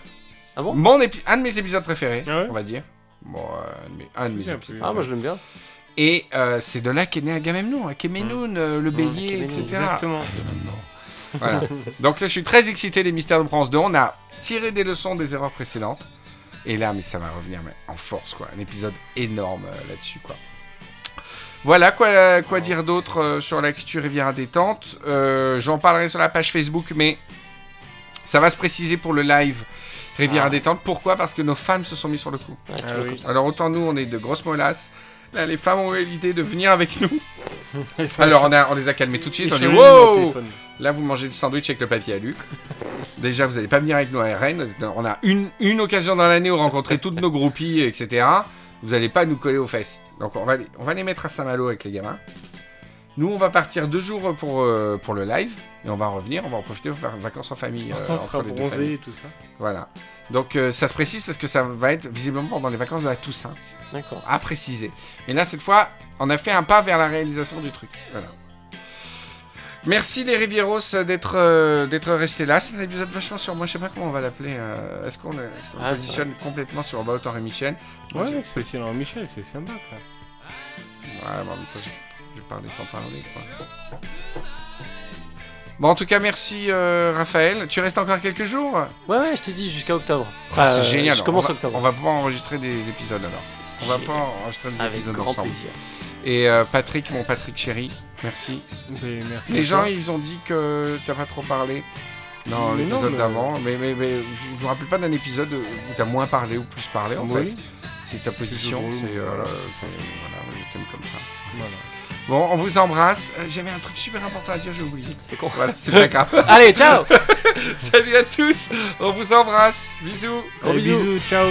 Ah bon Mon épi- un de mes épisodes préférés, Ah ouais on va dire. Bon, euh, mais un de mes Bien épisodes. plus. Ah, moi je l'aime bien. Et euh, c'est de là qu'est né Agamemnon, Agamemnon, euh, le bélier, Agamemnon, etc. Exactement. Voilà. Donc là, je suis très excité des Mystères de Provence 2. On a tiré des leçons des erreurs précédentes. Et là, mais ça va revenir mais en force, quoi. Un épisode énorme euh, là-dessus, quoi. Voilà, quoi, quoi dire d'autre euh, sur l'actu Riviera Détente Euh, J'en parlerai sur la page Facebook, mais ça va se préciser pour le live Riviera Ah. Détente. Pourquoi Parce que nos femmes se sont mises sur le coup. Ouais, c'est Ah toujours oui. comme ça. Alors autant nous, on est de grosses molasses. Là, les femmes ont eu l'idée de venir avec nous. Ils sont- Alors on, a- on les a calmés tout de suite. ils On sont dit les numéros de wow téléphone. Là, vous mangez du sandwich avec le papier à Luc. Déjà, vous n'allez pas venir avec nos RN. On a une, une occasion dans l'année où rencontrer toutes nos groupies, etc. Vous n'allez pas nous coller aux fesses. Donc, on va, les- on va les mettre à Saint-Malo avec les gamins. Nous, on va partir deux jours pour, euh, pour le live. Et on va revenir. On va en profiter pour faire vacances en famille. euh, On entre sera les deux familles. bronzé et tout ça. Voilà. Donc, euh, ça se précise parce que ça va être visiblement pendant les vacances de la Toussaint D'accord. à préciser. Mais là, cette fois, on a fait un pas vers la réalisation du truc. Voilà. Merci les Rivieros euh, d'être euh, d'être restés là. C'est un épisode vachement sur moi. Je sais pas comment on va l'appeler. euh, Est-ce qu'on euh, est-ce qu'on Ah, positionne complètement sur About Henri Michel Moi, Ouais, j'ai- ouais, spécial en Michel, c'est sympa quoi. Ouais, mais en même temps, je- je vais parler sans parler. Quoi. Bon, en tout cas, merci euh, Raphaël. Tu restes encore quelques jours Ouais, ouais, je t'ai dit jusqu'à octobre. Ah, Euh, C'est génial. Je commence on va, octobre. On va pouvoir enregistrer des épisodes alors. On va Génial. pouvoir enregistrer des Avec épisodes grand ensemble. plaisir. Et euh, Patrick, mon Patrick chéri, merci. Mais merci. Les à gens, toi. ils ont dit que tu as pas trop parlé dans Mais non, l'épisode mais- d'avant, mais, mais, mais je me rappelle pas d'un épisode où tu as moins parlé ou plus parlé en Oui. fait. C'est ta position, drôle, c'est. mais euh, voilà. c'est- voilà, on les aime comme ça. Voilà. Bon, on vous embrasse. Euh, J'avais un truc super important à dire, j'ai oublié. C'est con. Voilà, c'est pas grave. Allez, ciao Salut à tous, on vous embrasse. Bisous. Gros Allez, bisous. bisous, ciao.